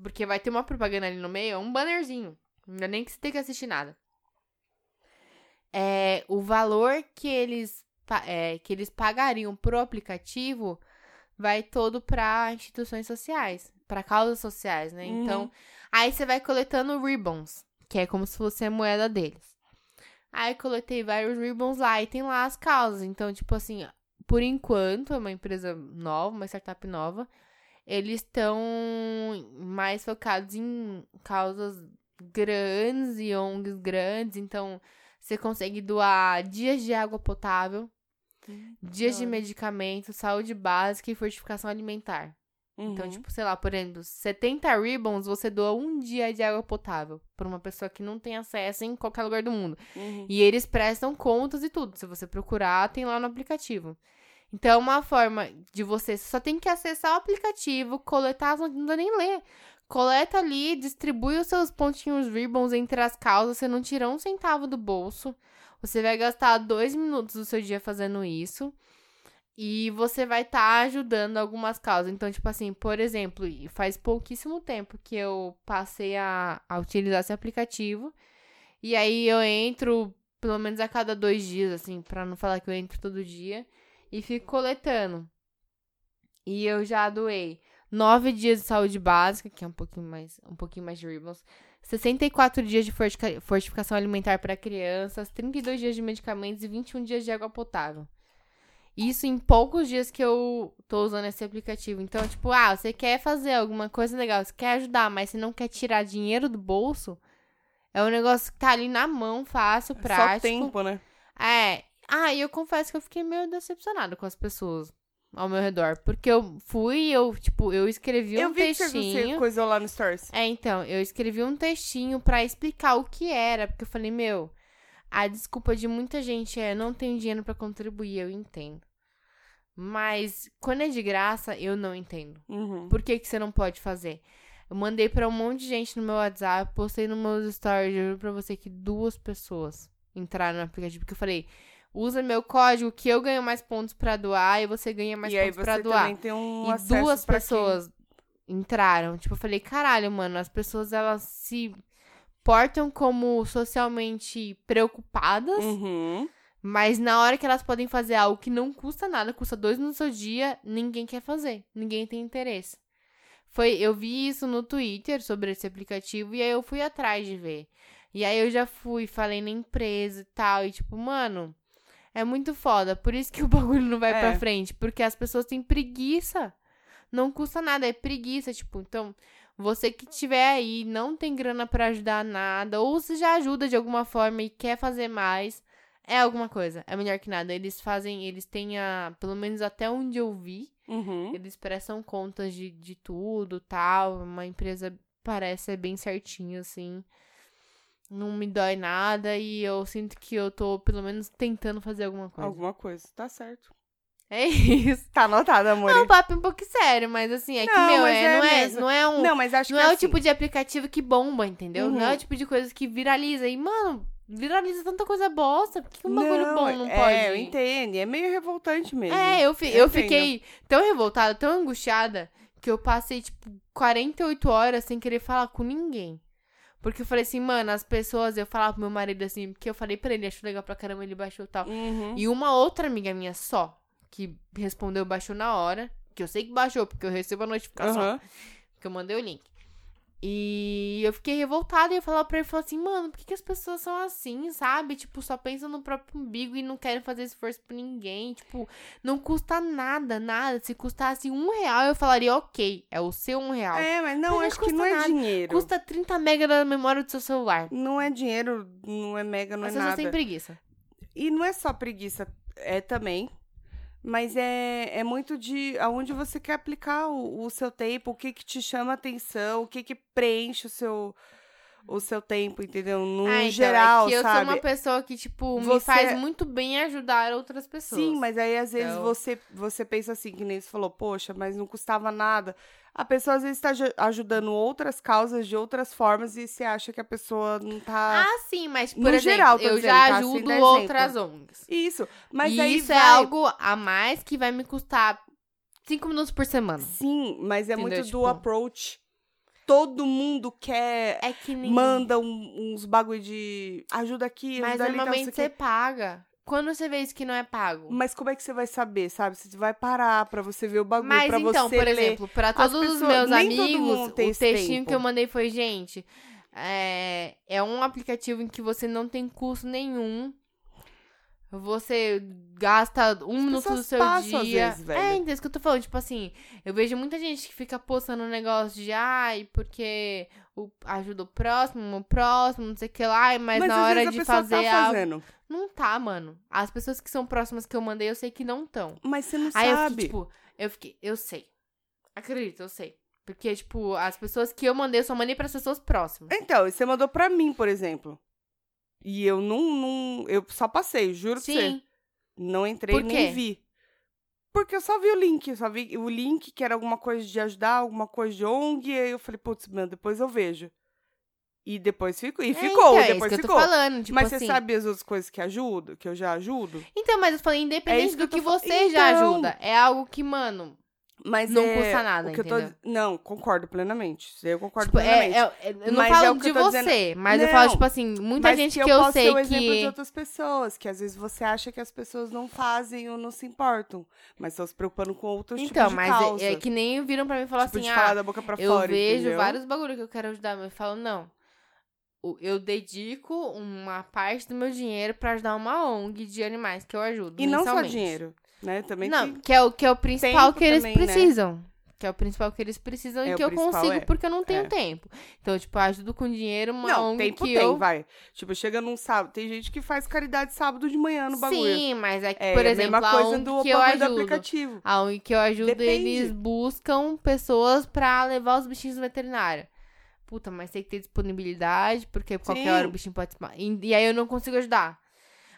Speaker 2: porque vai ter uma propaganda ali no meio, é um bannerzinho. Ainda nem É, que você tenha que assistir nada. É, o valor que eles pa- é, que eles pagariam pro aplicativo vai todo pra instituições sociais, pra causas sociais, né?
Speaker 1: Uhum.
Speaker 2: Então, aí você vai coletando ribbons, que é como se fosse a moeda deles. Aí eu coletei vários ribbons lá e tem lá as causas. Então, tipo assim, por enquanto, é uma empresa nova, uma startup nova. Eles estão mais focados em causas grandes e ONGs grandes. Então, você consegue doar dias de água potável, dias de
Speaker 1: olha.
Speaker 2: medicamento, saúde básica e fortificação alimentar. Então,
Speaker 1: Uhum.
Speaker 2: tipo, sei lá, por exemplo, 70 ribbons, você doa um dia de água potável pra uma pessoa que não tem acesso em qualquer lugar do mundo.
Speaker 1: Uhum.
Speaker 2: E eles prestam contas e tudo. Se você procurar, tem lá no aplicativo. Então, é uma forma de você você só tem que acessar o aplicativo, coletar as notícias, não dá nem ler. Coleta ali, distribui os seus pontinhos ribbons entre as causas, você não tira um centavo do bolso. Você vai gastar dois minutos do seu dia fazendo isso. E você vai estar ajudando algumas causas. Então, tipo assim, por exemplo, e faz pouquíssimo tempo que eu passei a, a utilizar esse aplicativo. E aí eu entro pelo menos a cada dois dias, assim, pra não falar que eu entro todo dia. E fico coletando. E eu já doei nove dias de saúde básica, que é um pouquinho mais, um pouquinho mais de ribbons. 64 dias de fortica- fortificação alimentar para crianças, 32 dias de medicamentos e 21 dias de água potável. Isso em poucos dias que eu tô usando esse aplicativo. Então, tipo, ah, você quer fazer alguma coisa legal, você quer ajudar, mas você não quer tirar dinheiro do bolso, é um negócio que tá ali na mão, fácil, prático.
Speaker 1: É Só tempo, né?
Speaker 2: É. Ah, e eu confesso que eu fiquei meio decepcionada com as pessoas ao meu redor. Porque eu fui, eu, tipo, eu escrevi
Speaker 1: eu
Speaker 2: um
Speaker 1: vi que você- você
Speaker 2: textinho.
Speaker 1: coisou lá no Stories.
Speaker 2: É, então, eu escrevi um textinho pra explicar o que era, porque eu falei, meu, a desculpa de muita gente é não tenho dinheiro pra contribuir, eu entendo. Mas quando é de graça, eu não entendo.
Speaker 1: Uhum.
Speaker 2: Por que, que você não pode fazer? Eu mandei pra um monte de gente no meu WhatsApp, postei no meu stories, eu juro pra você que duas pessoas entraram no aplicativo, porque eu falei, usa meu código que eu ganho mais pontos pra doar e você ganha mais
Speaker 1: e aí
Speaker 2: pontos
Speaker 1: você
Speaker 2: pra doar.
Speaker 1: também tem um
Speaker 2: E
Speaker 1: acesso
Speaker 2: duas
Speaker 1: pra
Speaker 2: pessoas entraram. Tipo, eu falei, caralho, mano, as pessoas elas se portam como socialmente preocupadas,
Speaker 1: Quem... Uhum.
Speaker 2: mas na hora que elas podem fazer algo que não custa nada, custa dois no seu dia, ninguém quer fazer, ninguém tem interesse. Foi, eu vi isso no Twitter sobre esse aplicativo e aí eu fui atrás de ver. E aí eu já fui, falei na empresa e tal, e tipo, mano, é muito foda, por isso que o bagulho não vai
Speaker 1: É.
Speaker 2: pra frente, porque as pessoas têm preguiça. Não custa nada, é preguiça, tipo, então, você que tiver aí, não tem grana pra ajudar nada, ou se já ajuda de alguma forma e quer fazer mais, é alguma coisa. É melhor que nada. Eles fazem, eles têm a. Pelo menos até onde eu vi,
Speaker 1: Uhum.
Speaker 2: eles prestam contas de, de tudo tal. Uma empresa parece ser bem certinho, assim. Não me dói nada e eu sinto que eu tô, pelo menos, tentando fazer alguma coisa.
Speaker 1: Alguma coisa. Tá certo.
Speaker 2: É isso.
Speaker 1: Tá anotado, amor.
Speaker 2: É um papo um pouco sério, mas assim, é que,
Speaker 1: Não,
Speaker 2: meu,
Speaker 1: mas
Speaker 2: é,
Speaker 1: é
Speaker 2: não, é,
Speaker 1: mesmo.
Speaker 2: não é um.
Speaker 1: Não, mas acho
Speaker 2: não
Speaker 1: que
Speaker 2: é
Speaker 1: assim,
Speaker 2: o tipo de aplicativo que bomba, entendeu? Não é
Speaker 1: Uhum.
Speaker 2: o tipo de coisa que viraliza. E, mano, viraliza tanta coisa bosta. Por que um bagulho bom não
Speaker 1: é,
Speaker 2: pode?
Speaker 1: eu entendo. É meio revoltante mesmo.
Speaker 2: É, eu, fi-
Speaker 1: Eu
Speaker 2: eu
Speaker 1: entendo.
Speaker 2: fiquei tão revoltada, tão angustiada, que eu passei, tipo, 48 horas sem querer falar com ninguém. Porque eu falei assim, mano, as pessoas, eu falava pro meu marido assim, porque eu falei pra ele, achou legal pra caramba, ele baixou e tal.
Speaker 1: Uhum.
Speaker 2: E uma outra amiga minha só, que respondeu, baixou na hora, que eu sei que baixou, porque eu recebo a notificação
Speaker 1: Aham.
Speaker 2: que eu mandei o link. E eu fiquei revoltada e eu falava pra ele, falava assim, mano, por que, que as pessoas são assim, sabe? Tipo, só pensam no próprio umbigo e não querem fazer esforço por ninguém. Tipo, não custa nada, nada. Se custasse um real, eu falaria, ok, é o seu um real.
Speaker 1: É, mas não,
Speaker 2: Mas não
Speaker 1: acho que
Speaker 2: custa
Speaker 1: não é
Speaker 2: nada.
Speaker 1: dinheiro.
Speaker 2: Custa 30 mega da memória do seu celular.
Speaker 1: Não é dinheiro, não é mega, não é
Speaker 2: As pessoas
Speaker 1: nada.
Speaker 2: têm preguiça.
Speaker 1: E não é só preguiça, é também. Mas é, é muito de aonde você quer aplicar o, o seu tempo, o que que te chama a atenção, o que que preenche o seu, o seu tempo, entendeu? No
Speaker 2: Ah, então,
Speaker 1: geral,
Speaker 2: é que eu
Speaker 1: sabe?
Speaker 2: sou uma pessoa que, tipo, me
Speaker 1: Você-
Speaker 2: faz muito bem ajudar outras pessoas.
Speaker 1: Sim, mas aí às vezes
Speaker 2: Então-
Speaker 1: você, você pensa assim, que nem você falou, poxa, mas não custava nada. A pessoa às vezes está ajudando outras causas de outras formas e você acha que a pessoa não tá.
Speaker 2: Ah, sim, mas, por
Speaker 1: No
Speaker 2: exemplo,
Speaker 1: geral, tô
Speaker 2: eu
Speaker 1: dizendo,
Speaker 2: já
Speaker 1: tá? Sem
Speaker 2: ajudo
Speaker 1: dar exemplo.
Speaker 2: outras ONGs.
Speaker 1: Isso. Mas
Speaker 2: e
Speaker 1: aí
Speaker 2: isso é
Speaker 1: vai-
Speaker 2: algo a mais que vai me custar cinco minutos por semana.
Speaker 1: Sim, mas é
Speaker 2: Entendeu?
Speaker 1: muito
Speaker 2: Tipo-
Speaker 1: do approach. Todo mundo quer.
Speaker 2: É que nem.
Speaker 1: Manda um- uns bagulho de. Ajuda aqui,
Speaker 2: mas
Speaker 1: ajuda ali, tá, não sei
Speaker 2: normalmente
Speaker 1: o quê.
Speaker 2: você paga. Quando você vê isso que não é pago.
Speaker 1: Mas como é que você vai saber, sabe? Você vai parar pra você ver o bagulho,
Speaker 2: Mas
Speaker 1: pra
Speaker 2: então,
Speaker 1: você
Speaker 2: por
Speaker 1: ler.
Speaker 2: exemplo, pra todos os
Speaker 1: pessoas-
Speaker 2: meus
Speaker 1: nem todo
Speaker 2: amigos,
Speaker 1: mundo
Speaker 2: o
Speaker 1: tem esse
Speaker 2: textinho
Speaker 1: tempo.
Speaker 2: que eu mandei foi, gente, é, é um aplicativo em que você não tem custo nenhum. Você gasta um minuto do
Speaker 1: pessoas
Speaker 2: seu
Speaker 1: passam às
Speaker 2: dia.
Speaker 1: vezes, velho.
Speaker 2: É, então, isso que eu tô falando. Tipo assim, eu vejo muita gente que fica postando um negócio de ai, porque o, ajuda o próximo, o próximo, não sei o que lá, ai, mas,
Speaker 1: Mas
Speaker 2: na
Speaker 1: às
Speaker 2: hora
Speaker 1: vezes a
Speaker 2: de
Speaker 1: pessoa
Speaker 2: fazer
Speaker 1: tá
Speaker 2: algo.
Speaker 1: fazendo.
Speaker 2: Não tá, mano. As pessoas que são próximas que eu mandei, eu sei que não estão.
Speaker 1: Mas você não
Speaker 2: Aí eu
Speaker 1: sabe.
Speaker 2: fiquei, tipo, eu fiquei, eu sei. Acredito, eu sei. Porque, tipo, as pessoas que eu mandei, eu só mandei pras pessoas próximas.
Speaker 1: Então, você mandou pra mim, por exemplo. E eu não, não- Eu só passei, juro pra você.
Speaker 2: Sim.
Speaker 1: Não entrei
Speaker 2: Por quê?
Speaker 1: nem vi. Porque eu só vi o link, eu só vi o link que era alguma coisa de ajudar, alguma coisa de ONG, e aí eu falei, putz, meu, depois eu vejo. E depois ficou, e
Speaker 2: É,
Speaker 1: ficou,
Speaker 2: então, é
Speaker 1: depois
Speaker 2: isso que
Speaker 1: ficou.
Speaker 2: eu tô falando, tipo
Speaker 1: mas
Speaker 2: assim.
Speaker 1: você sabe as outras coisas que ajudo, que eu já ajudo?
Speaker 2: Então, mas eu falei, independente
Speaker 1: É que
Speaker 2: do
Speaker 1: eu tô
Speaker 2: que
Speaker 1: fal-
Speaker 2: você já
Speaker 1: Então.
Speaker 2: ajuda, é algo que, mano,
Speaker 1: Mas
Speaker 2: Não
Speaker 1: é
Speaker 2: custa nada,
Speaker 1: o que eu tô-
Speaker 2: entendeu?
Speaker 1: Não, concordo plenamente. Isso aí Eu concordo
Speaker 2: tipo, é,
Speaker 1: plenamente.
Speaker 2: é- é- eu não
Speaker 1: Mas é
Speaker 2: falo
Speaker 1: o que
Speaker 2: de
Speaker 1: eu tô
Speaker 2: você,
Speaker 1: dizendo.
Speaker 2: mas eu
Speaker 1: Não.
Speaker 2: falo, tipo assim, muita
Speaker 1: Mas
Speaker 2: gente que
Speaker 1: eu
Speaker 2: eu,
Speaker 1: posso ser
Speaker 2: sei
Speaker 1: o exemplo de
Speaker 2: que...
Speaker 1: outras pessoas, que às vezes você acha que as pessoas não fazem ou não se importam, mas estão se preocupando com outros
Speaker 2: Então,
Speaker 1: tipos de
Speaker 2: mas
Speaker 1: causa.
Speaker 2: é, é que nem viram pra mim falar
Speaker 1: tipo,
Speaker 2: assim,
Speaker 1: de
Speaker 2: ah,
Speaker 1: falar da boca pra
Speaker 2: eu
Speaker 1: fora,
Speaker 2: vejo
Speaker 1: entendeu?
Speaker 2: vários bagulho que eu quero ajudar, mas eu falo, não. O- Eu dedico uma parte do meu dinheiro pra ajudar uma ONG de animais que eu ajudo.
Speaker 1: E não só
Speaker 2: mensalmente."
Speaker 1: dinheiro, né? Também
Speaker 2: não,
Speaker 1: tem...
Speaker 2: que é o que é o principal
Speaker 1: tempo
Speaker 2: que eles
Speaker 1: também, né?
Speaker 2: precisam. Que é o principal que eles precisam
Speaker 1: É,
Speaker 2: e
Speaker 1: o
Speaker 2: que eu
Speaker 1: principal
Speaker 2: consigo
Speaker 1: é.
Speaker 2: porque eu não tenho
Speaker 1: É.
Speaker 2: tempo. Então, tipo, eu ajudo com dinheiro uma
Speaker 1: Não,
Speaker 2: ONG
Speaker 1: tempo
Speaker 2: que
Speaker 1: tem,
Speaker 2: eu
Speaker 1: vai. Tipo, chega num sábado. Tem gente que faz caridade sábado de manhã no bagulho.
Speaker 2: Sim, mas é que,
Speaker 1: é,
Speaker 2: por
Speaker 1: é
Speaker 2: exemplo,
Speaker 1: a mesma
Speaker 2: a
Speaker 1: coisa
Speaker 2: ONG
Speaker 1: do
Speaker 2: que eu
Speaker 1: bagulho do
Speaker 2: ajudo.
Speaker 1: aplicativo.
Speaker 2: A ONG que eu ajudo,
Speaker 1: Depende.
Speaker 2: eles buscam pessoas pra levar os bichinhos no veterinário. Puta, mas tem que ter disponibilidade, porque qualquer
Speaker 1: Sim.
Speaker 2: hora o bichinho pode... esma- E, e aí eu não consigo ajudar.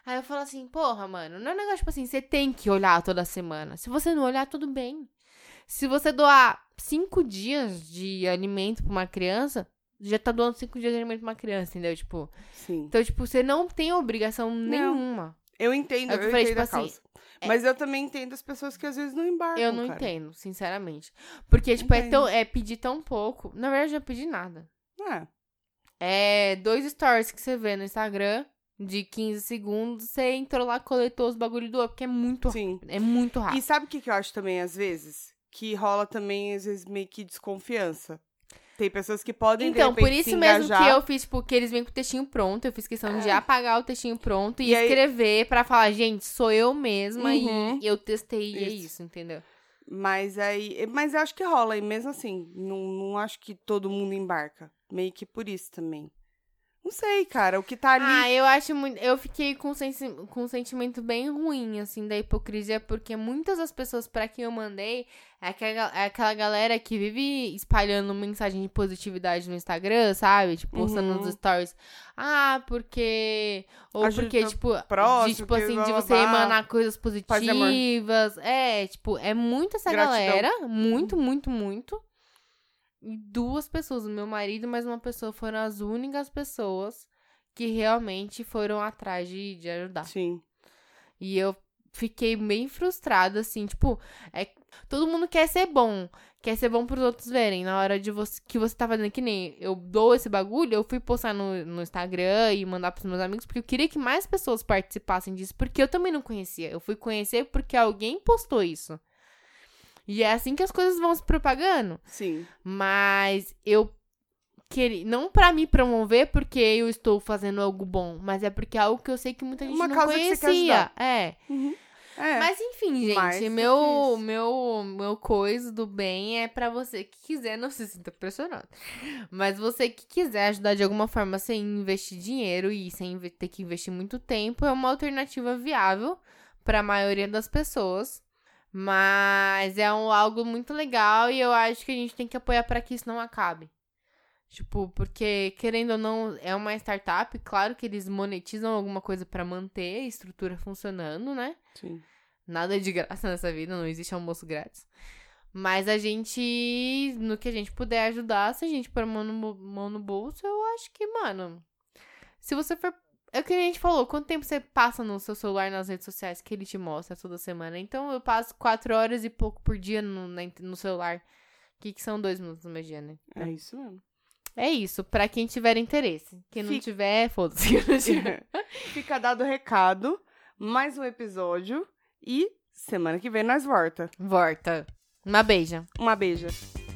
Speaker 2: Aí eu falo assim, porra, mano, não é um negócio tipo assim, você tem que olhar toda semana. Se você não olhar, tudo bem. Se você doar cinco dias de alimento pra uma criança, já tá doando cinco dias de alimento pra uma criança, entendeu? Tipo,
Speaker 1: Sim.
Speaker 2: então, tipo, você não tem obrigação nenhuma.
Speaker 1: Eu entendo,
Speaker 2: É o
Speaker 1: eu,
Speaker 2: que eu falei,
Speaker 1: entendo
Speaker 2: tipo
Speaker 1: a
Speaker 2: assim,
Speaker 1: causa. Mas eu também entendo as pessoas que às vezes não embarcam,
Speaker 2: Eu não
Speaker 1: cara.
Speaker 2: entendo, sinceramente. Porque, tipo, é,
Speaker 1: Entendo.
Speaker 2: tão, é pedir tão pouco. Na verdade, eu não pedi nada.
Speaker 1: É.
Speaker 2: É dois stories que você vê no Instagram de 15 segundos, você entrou lá, coletou os bagulho do porque é muito rápido.
Speaker 1: Sim.
Speaker 2: É muito rápido.
Speaker 1: E sabe o que, que eu acho também, às vezes? Que rola também, às vezes, meio que desconfiança. Tem pessoas que podem,
Speaker 2: Então,
Speaker 1: de repente,
Speaker 2: por isso
Speaker 1: se
Speaker 2: mesmo
Speaker 1: engajar.
Speaker 2: que eu fiz, tipo, que eles vêm com o textinho pronto. Eu fiz questão de
Speaker 1: É.
Speaker 2: apagar o textinho pronto e,
Speaker 1: E aí-
Speaker 2: escrever pra falar, gente, sou eu mesma
Speaker 1: Uhum.
Speaker 2: e eu testei e é
Speaker 1: Isso.
Speaker 2: isso, entendeu?
Speaker 1: Mas aí... Mas eu acho que rola, e mesmo assim, não, não acho que todo mundo embarca. Meio que por isso também. Não sei, cara, o que tá ali...
Speaker 2: Ah, eu acho muito. Eu fiquei com, sensi... com um sentimento bem ruim, assim, da hipocrisia, porque muitas das pessoas pra quem eu mandei é aquela, é aquela galera que vive espalhando mensagem de positividade no Instagram, sabe? Tipo, postando
Speaker 1: Uhum.
Speaker 2: nos stories. Ah, porque. Ou
Speaker 1: Ajuda
Speaker 2: porque, tipo.
Speaker 1: próximo,
Speaker 2: de, tipo
Speaker 1: que
Speaker 2: assim,
Speaker 1: blá,
Speaker 2: de
Speaker 1: blá,
Speaker 2: você
Speaker 1: blá.
Speaker 2: emanar coisas
Speaker 1: amor.
Speaker 2: positivas. É, tipo, é muito essa
Speaker 1: Gratidão. Uhum.
Speaker 2: galera. Muito, muito, muito. E duas pessoas, o meu marido e mais uma pessoa, foram as únicas pessoas que realmente foram atrás de, de ajudar.
Speaker 1: Sim.
Speaker 2: E eu fiquei bem frustrada, assim, tipo, é, todo mundo quer ser bom. Quer ser bom pros outros verem. Na hora de você que você tá fazendo, que nem eu dou esse bagulho, eu fui postar no, no Instagram e mandar pros meus amigos, porque eu queria que mais pessoas participassem disso, porque eu também não conhecia. Eu fui conhecer porque alguém postou isso. E é assim que as coisas vão se propagando.
Speaker 1: Sim.
Speaker 2: Mas eu queria. Não pra me promover porque eu estou fazendo algo bom, mas é porque é algo que eu sei que muita gente
Speaker 1: Uma
Speaker 2: não
Speaker 1: causa que
Speaker 2: conhecia.
Speaker 1: você quer ajudar.
Speaker 2: É.
Speaker 1: Uhum. É.
Speaker 2: Mas enfim,
Speaker 1: Mais do
Speaker 2: gente,
Speaker 1: que
Speaker 2: meu,
Speaker 1: isso.
Speaker 2: meu, meu coisa do bem é pra você que quiser, não se sinta pressionado. Mas você que quiser ajudar de alguma forma sem investir dinheiro e sem inve- ter que investir muito tempo, é uma alternativa viável pra maioria das pessoas. Mas é um, algo muito legal e eu acho que a gente tem que apoiar pra que isso não acabe. Tipo, porque querendo ou não, é uma startup, claro que eles monetizam alguma coisa pra manter a estrutura funcionando, né?
Speaker 1: Sim.
Speaker 2: Nada é de graça nessa vida, não existe almoço grátis. Mas a gente, no que a gente puder ajudar, se a gente pôr a mão no, bo- mão no bolso, eu acho que, mano. Se você for. É o que a gente falou, quanto tempo você passa no seu celular nas redes sociais que ele te mostra toda semana? Então eu passo quatro horas e pouco por dia no, na in- no celular. O que, que são dois minutos no meu dia, né?
Speaker 1: É isso mesmo.
Speaker 2: É isso, pra quem tiver interesse. Quem não
Speaker 1: Fica-
Speaker 2: tiver, foda-se. Quem não tiver.
Speaker 1: Fica dado o recado. mais um episódio e semana que vem nós volta. Um
Speaker 2: Volta. Uma beija.
Speaker 1: Uma beija.